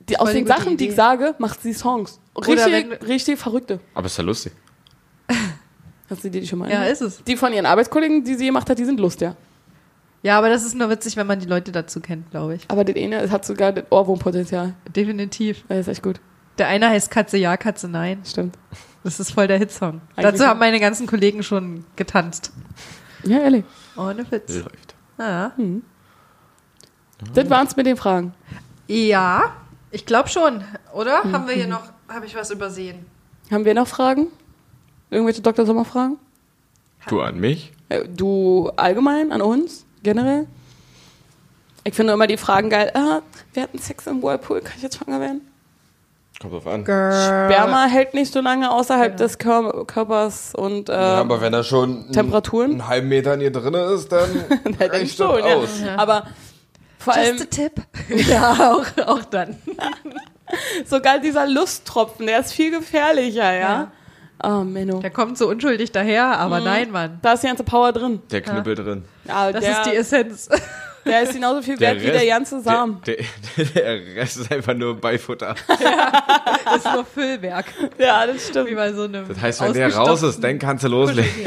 Speaker 3: Die, aus
Speaker 2: Voll die
Speaker 3: den
Speaker 2: gute
Speaker 3: Sachen, die ich
Speaker 2: Idee.
Speaker 3: sage, macht sie Songs.
Speaker 2: Oder
Speaker 3: Richtig,
Speaker 2: wenn-
Speaker 3: richtig verrückte.
Speaker 4: kannst. Aber ist ja lustig.
Speaker 3: Hast du dir die schon mal
Speaker 2: Ja,
Speaker 3: angehört?
Speaker 2: ist es.
Speaker 3: Die von ihren Arbeitskollegen, die sie gemacht hat, die sind lustig.
Speaker 2: Ja, aber das ist nur witzig, wenn man die Leute dazu kennt, glaube ich.
Speaker 3: Aber das eine es hat sogar das Ohrwurmpotenzial.
Speaker 2: Definitiv.
Speaker 3: Das ist echt gut.
Speaker 2: Der eine heißt Katze ja, Katze nein.
Speaker 3: Stimmt.
Speaker 2: Das ist voll der Hitsong.
Speaker 3: Eigentlich
Speaker 2: dazu haben
Speaker 3: ja.
Speaker 2: meine ganzen Kollegen schon getanzt.
Speaker 3: Ja, ehrlich.
Speaker 2: Ohne Witz. Ah.
Speaker 4: Läuft.
Speaker 2: Ja.
Speaker 3: Das waren's mit den Fragen.
Speaker 2: Ja, ich glaube schon, oder? Haben wir hier noch, habe ich was übersehen?
Speaker 3: Haben wir noch Fragen? Irgendwelche Dr. Sommer-Fragen?
Speaker 4: Du an mich?
Speaker 3: Äh, Du allgemein, an uns, generell? Ich finde immer die Fragen geil. Ah, wir hatten Sex im Whirlpool, kann ich jetzt schwanger werden?
Speaker 4: Kommt drauf an.
Speaker 2: Girl.
Speaker 3: Sperma hält nicht so lange außerhalb des Kör Körpers und äh,
Speaker 4: Ja, aber wenn er schon
Speaker 3: Temperaturen?
Speaker 4: einen halben Meter in ihr drin ist, dann
Speaker 3: hält er
Speaker 4: reicht
Speaker 3: nicht
Speaker 4: das
Speaker 3: schon, ja.
Speaker 4: aus.
Speaker 3: Aber vor
Speaker 2: Just a
Speaker 3: allem
Speaker 2: tip. Ja, auch, auch dann.
Speaker 3: sogar dieser Lusttropfen, der ist viel gefährlicher, ja?
Speaker 2: Ja.
Speaker 3: Ah, Menno.
Speaker 2: Der kommt so unschuldig daher, aber nein, Mann.
Speaker 3: Da ist die ganze Power drin.
Speaker 4: Der Knüppel drin.
Speaker 3: Ah,
Speaker 2: Das
Speaker 3: der,
Speaker 2: ist die Essenz.
Speaker 3: der ist genauso viel wert wie der ganze Samen.
Speaker 4: Der, der, der Rest ist einfach nur Beifutter.
Speaker 2: Das ist nur Füllwerk.
Speaker 3: Ja, das stimmt.
Speaker 2: Wie bei so einem.
Speaker 4: Das heißt, wenn der raus ist, dann kannst du loslegen.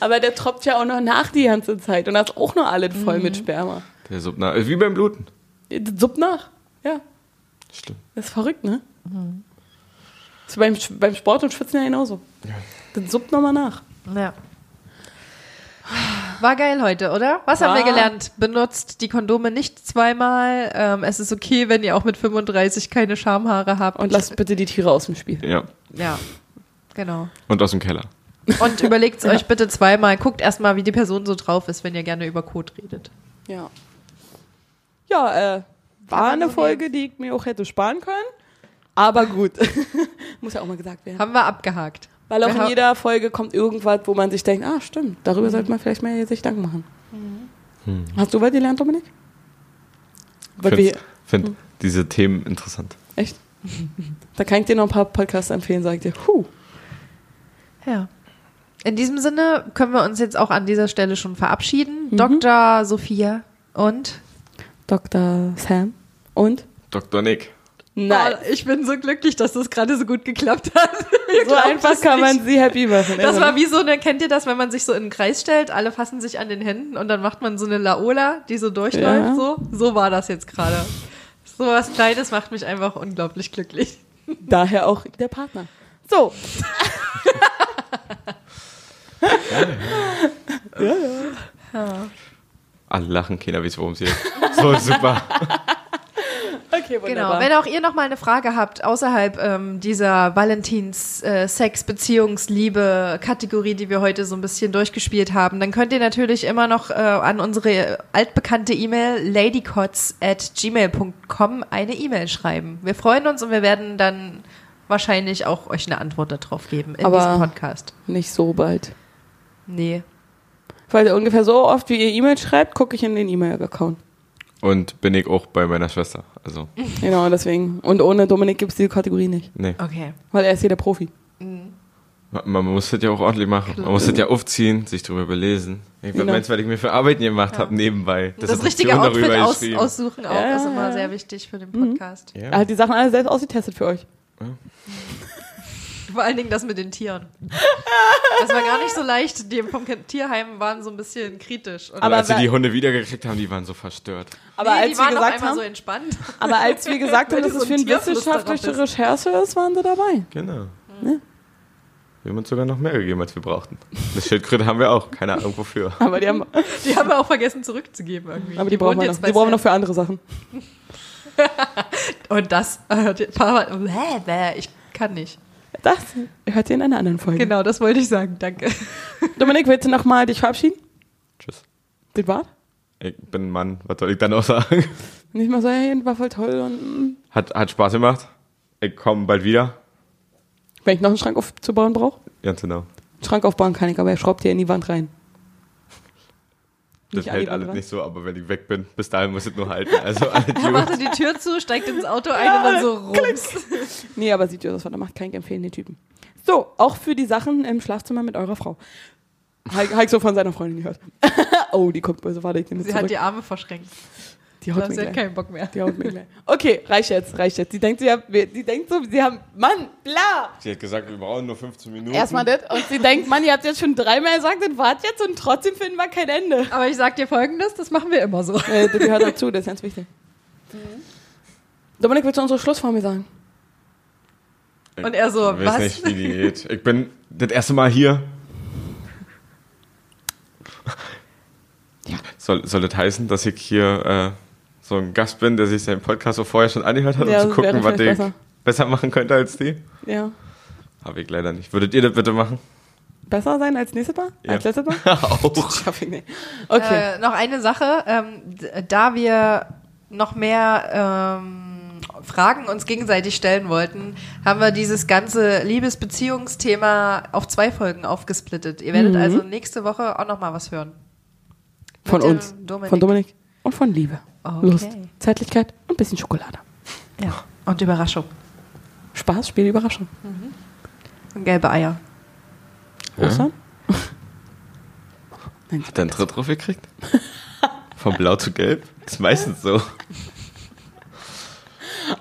Speaker 3: Aber der tropft ja auch noch nach die ganze Zeit und da ist auch noch alles voll mit Sperma.
Speaker 4: Der Subna ist wie beim Bluten.
Speaker 3: Das suppt nach. Ja,
Speaker 4: Stimmt.
Speaker 3: das ist verrückt, ne? Das ist beim, Sch- beim Sport und Schwitzen ja genauso. Dann suppt nochmal nach.
Speaker 2: Ja. War geil heute, oder? Was haben wir
Speaker 3: War-
Speaker 2: gelernt? Benutzt die Kondome nicht zweimal. Ähm, es ist okay, wenn ihr auch mit 35 keine Schamhaare habt.
Speaker 3: Und lasst bitte die Tiere aus dem Spiel.
Speaker 4: Ja.
Speaker 2: Ja, genau.
Speaker 4: Und aus dem Keller.
Speaker 2: Und überlegt euch bitte zweimal. Guckt erstmal, wie die Person so drauf ist, wenn ihr gerne über Code redet.
Speaker 3: Ja. Ja, äh, war
Speaker 2: man
Speaker 3: eine
Speaker 2: so
Speaker 3: Folge, die ich mir auch hätte sparen können. Aber gut. Muss ja auch mal gesagt werden.
Speaker 2: Haben wir abgehakt.
Speaker 3: Weil auch
Speaker 2: Wir Mhm.
Speaker 3: in
Speaker 2: ha-
Speaker 3: jeder Folge kommt irgendwas, wo man sich denkt, ah, stimmt, darüber sollte man vielleicht mal sich Gedanken machen.
Speaker 2: Mhm.
Speaker 3: Hast du was gelernt, Dominik? Was wir,
Speaker 4: Find, find diese Themen interessant.
Speaker 3: echt? Da kann ich dir noch ein paar Podcasts empfehlen, sag ich dir. Huh.
Speaker 2: Ja. In diesem Sinne können wir uns jetzt auch an dieser Stelle schon verabschieden.
Speaker 3: Mhm.
Speaker 2: Dr. Sophia und.
Speaker 3: Dr. Sam und?
Speaker 4: Dr. Nick.
Speaker 2: Oh, ich bin so glücklich, dass das gerade so gut geklappt hat. Ihr
Speaker 3: so
Speaker 2: glaubt
Speaker 3: einfach
Speaker 2: es
Speaker 3: kann
Speaker 2: nicht.
Speaker 3: man sie happy machen. Also
Speaker 2: Das war wie so eine, kennt ihr das, wenn man sich so in einen Kreis stellt, alle fassen sich an den Händen und dann macht man so eine Laola, die so durchläuft,
Speaker 3: Ja.
Speaker 2: so. So war das jetzt gerade. So was Kleines macht mich einfach unglaublich glücklich.
Speaker 3: Daher auch der Partner. So.
Speaker 4: Alle lachen, keiner weiß, worum es geht. So super.
Speaker 3: Okay,
Speaker 2: Genau. Wenn auch ihr noch mal eine Frage habt, außerhalb ähm, dieser Valentins äh, Sex, Beziehungs, Liebe Kategorie, die wir heute so ein bisschen durchgespielt haben, dann könnt ihr natürlich immer noch äh, an unsere altbekannte E-Mail ladycots at gmail.com eine E-Mail schreiben. Wir freuen uns und wir werden dann wahrscheinlich auch euch eine Antwort darauf geben in
Speaker 3: Aber-
Speaker 2: diesem Podcast.
Speaker 3: Nicht so bald.
Speaker 2: Nee.
Speaker 3: Weil ungefähr so oft, wie ihr E-Mail schreibt, gucke ich in den E-Mail-Account.
Speaker 4: Und bin ich auch bei meiner Schwester. Also,
Speaker 3: Genau, deswegen. Und ohne Dominik gibt es diese Kategorie nicht.
Speaker 4: nee.
Speaker 2: Okay.
Speaker 3: Weil er ist hier der Profi.
Speaker 4: Man, man muss das ja auch ordentlich machen. Man muss das ja aufziehen, sich drüber belesen. Ich
Speaker 3: Genau.
Speaker 4: weiß, weil ich mir für Arbeiten gemacht habe nebenbei.
Speaker 2: Das, richtige
Speaker 4: Dissertation
Speaker 2: Outfit
Speaker 4: darüber
Speaker 2: aus,
Speaker 4: geschrieben.
Speaker 2: aussuchen auch
Speaker 3: Ja, Mhm.
Speaker 2: ist immer
Speaker 3: ja.
Speaker 2: sehr wichtig für den Podcast.
Speaker 4: Ja.
Speaker 3: Er hat die Sachen alle selbst ausgetestet für euch.
Speaker 2: Vor allen Dingen das mit den Tieren. Das war gar nicht so leicht. Die vom Tierheim waren so ein bisschen kritisch. Und
Speaker 4: Und
Speaker 3: Aber
Speaker 4: als sie
Speaker 3: wer-
Speaker 4: die Hunde wiedergekriegt haben, die waren so verstört.
Speaker 3: Aber
Speaker 2: nee,
Speaker 3: als
Speaker 2: die
Speaker 3: wir
Speaker 2: waren auf
Speaker 3: gesagt
Speaker 2: einmal
Speaker 3: haben,
Speaker 2: so entspannt.
Speaker 3: aber als wir gesagt
Speaker 2: Weil
Speaker 3: haben,
Speaker 2: die
Speaker 3: dass es
Speaker 2: so
Speaker 3: für
Speaker 2: ein
Speaker 3: eine wissenschaftliche
Speaker 2: Tierflüsterer
Speaker 3: Recherche ist, waren sie dabei.
Speaker 4: Genau.
Speaker 2: Ne?
Speaker 4: Wir haben uns sogar noch mehr gegeben, als wir brauchten. Eine Schildkröte haben wir auch. Keine Ahnung wofür.
Speaker 3: Aber die haben,
Speaker 2: Die haben wir auch vergessen zurückzugeben irgendwie.
Speaker 3: aber die brauchen
Speaker 2: wohnt
Speaker 3: wir noch.
Speaker 2: jetzt
Speaker 3: Die
Speaker 2: bei
Speaker 3: brauchen wir noch für andere Sachen.
Speaker 2: Sven. Und das, äh, die- Paar- bäh, bäh, ich kann nicht.
Speaker 3: Das hört ihr in einer anderen Folge.
Speaker 2: Genau, das wollte ich sagen. Danke.
Speaker 3: Dominik, willst du nochmal dich verabschieden?
Speaker 4: Tschüss.
Speaker 3: Das war's?
Speaker 4: Ich bin ein Mann. Was soll ich dann noch sagen?
Speaker 3: Nicht mal so, hey, war voll toll. Und, mm.
Speaker 4: Hat, hat Spaß gemacht. Ich komme bald wieder.
Speaker 3: wenn ich noch einen Schrank aufzubauen brauche,
Speaker 4: Ganz genau.
Speaker 3: Schrank aufbauen kann ich, aber er schraubt hier in die Wand rein.
Speaker 4: Das
Speaker 3: Nicht
Speaker 4: hält
Speaker 3: alle
Speaker 4: alles
Speaker 3: dran.
Speaker 4: nicht so, aber wenn ich weg bin, bis dahin muss es nur halten. Also alle
Speaker 2: Er
Speaker 4: Dudes.
Speaker 2: macht die Tür zu, steigt ins Auto ein und dann so rums.
Speaker 3: Nee, aber sieht Josef von der Macht keinen empfehlenden Typen. So, auch für die Sachen im Schlafzimmer mit eurer Frau. Heik, Heik so von seiner Freundin gehört. oh, die guckt böse, warte, ich nehme
Speaker 2: Sie
Speaker 3: sie
Speaker 2: hat
Speaker 3: zurück.
Speaker 2: die Arme verschränkt.
Speaker 3: die haut
Speaker 2: Da
Speaker 3: mir
Speaker 2: sie hat
Speaker 3: gleich.
Speaker 2: keinen Bock mehr.
Speaker 3: Die haut mir gleich. Okay, reicht jetzt, reicht jetzt. Die denkt, sie, haben, die denkt so, sie haben, Mann, bla.
Speaker 4: Sie hat gesagt, wir brauchen nur 15 Minuten.
Speaker 3: Erstmal das. Und sie denkt, Mann, ihr habt jetzt schon dreimal gesagt, das wart jetzt und trotzdem finden wir kein Ende.
Speaker 2: Aber ich sag dir folgendes, das machen wir immer so.
Speaker 3: Äh, das gehört dazu, das ist ganz wichtig.
Speaker 2: Mhm.
Speaker 3: Dominik, willst du unsere Schlussformel sagen?
Speaker 2: Und er so,
Speaker 4: ich weiß
Speaker 2: was?
Speaker 4: nicht, wie die geht. Ich bin das erste Mal hier. Soll, soll das heißen, dass ich hier äh, so ein Gast bin, der sich seinen Podcast so vorher schon angehört hat,
Speaker 3: Ja,
Speaker 4: um zu
Speaker 3: das wäre
Speaker 4: gucken, was ich
Speaker 3: vielleicht besser.
Speaker 4: besser. machen könnte als die?
Speaker 3: Ja.
Speaker 4: Habe ich leider nicht. Würdet ihr das bitte machen?
Speaker 3: Besser sein als nächstes Mal?
Speaker 4: Ja.
Speaker 3: Als letztes Mal?
Speaker 4: Auch.
Speaker 3: Schaff ich nicht. Okay.
Speaker 2: Äh, noch eine Sache, ähm, d- da wir noch mehr ähm, Fragen uns gegenseitig stellen wollten, haben wir dieses ganze Liebesbeziehungsthema auf zwei Folgen aufgesplittet. Ihr werdet also nächste Woche auch noch mal was hören.
Speaker 3: von
Speaker 2: mit dem
Speaker 3: uns.
Speaker 2: Dominik.
Speaker 3: Von Dominik. Und von Liebe.
Speaker 2: Okay.
Speaker 3: Lust. Zeitlichkeit und ein bisschen Schokolade.
Speaker 2: Ja. Oh. Und Überraschung.
Speaker 3: Spaß, Spiel, Überraschung.
Speaker 2: Und gelbe Eier.
Speaker 3: Ostern?
Speaker 4: Hat er einen Tritt drauf gekriegt? Von blau zu gelb? Ist meistens so.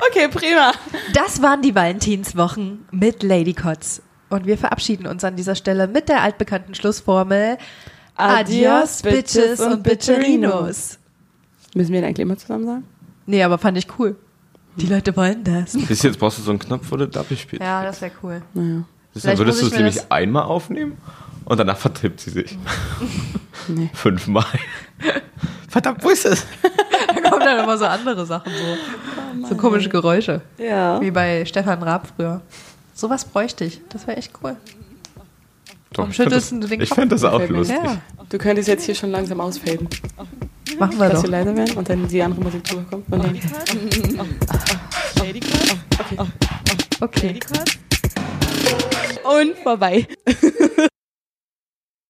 Speaker 3: Okay, prima.
Speaker 2: Das waren die Valentinswochen mit Lady Kotz. Und wir verabschieden uns an dieser Stelle mit der altbekannten Schlussformel. Adios, Bitches und Bitcherinos.
Speaker 3: Müssen wir den eigentlich immer zusammen sagen?
Speaker 2: Nee, aber fand ich cool. Die Leute wollen das.
Speaker 4: Bis jetzt brauchst du so einen Knopf, wo du Dappi spielst.
Speaker 2: Ja, das wäre cool.
Speaker 3: Naja.
Speaker 4: Dann
Speaker 2: vielleicht
Speaker 4: würdest du
Speaker 2: muss ich
Speaker 4: es
Speaker 2: mir
Speaker 4: nämlich
Speaker 2: das-
Speaker 4: einmal aufnehmen und danach vertippt sie sich.
Speaker 3: Nee.
Speaker 4: Fünfmal. Verdammt, wo ist es?
Speaker 2: Da kommen dann immer so andere Sachen, so, so komische Geräusche.
Speaker 3: Ja.
Speaker 2: Wie bei Stefan Raab früher. Sowas bräuchte ich. Das wäre echt cool. Um
Speaker 4: Doch, ich
Speaker 2: schüttelst
Speaker 4: fand
Speaker 2: du
Speaker 4: das,
Speaker 2: den
Speaker 4: ich
Speaker 2: Kopf?
Speaker 4: fand das auch lustig.
Speaker 2: Ja,
Speaker 3: Du könntest jetzt hier schon langsam ausfaden,
Speaker 2: machen wir
Speaker 3: dass
Speaker 2: doch.
Speaker 3: wir leiser werden und dann die andere Musik drüber kommt. Und dann
Speaker 2: Okay.
Speaker 3: und vorbei.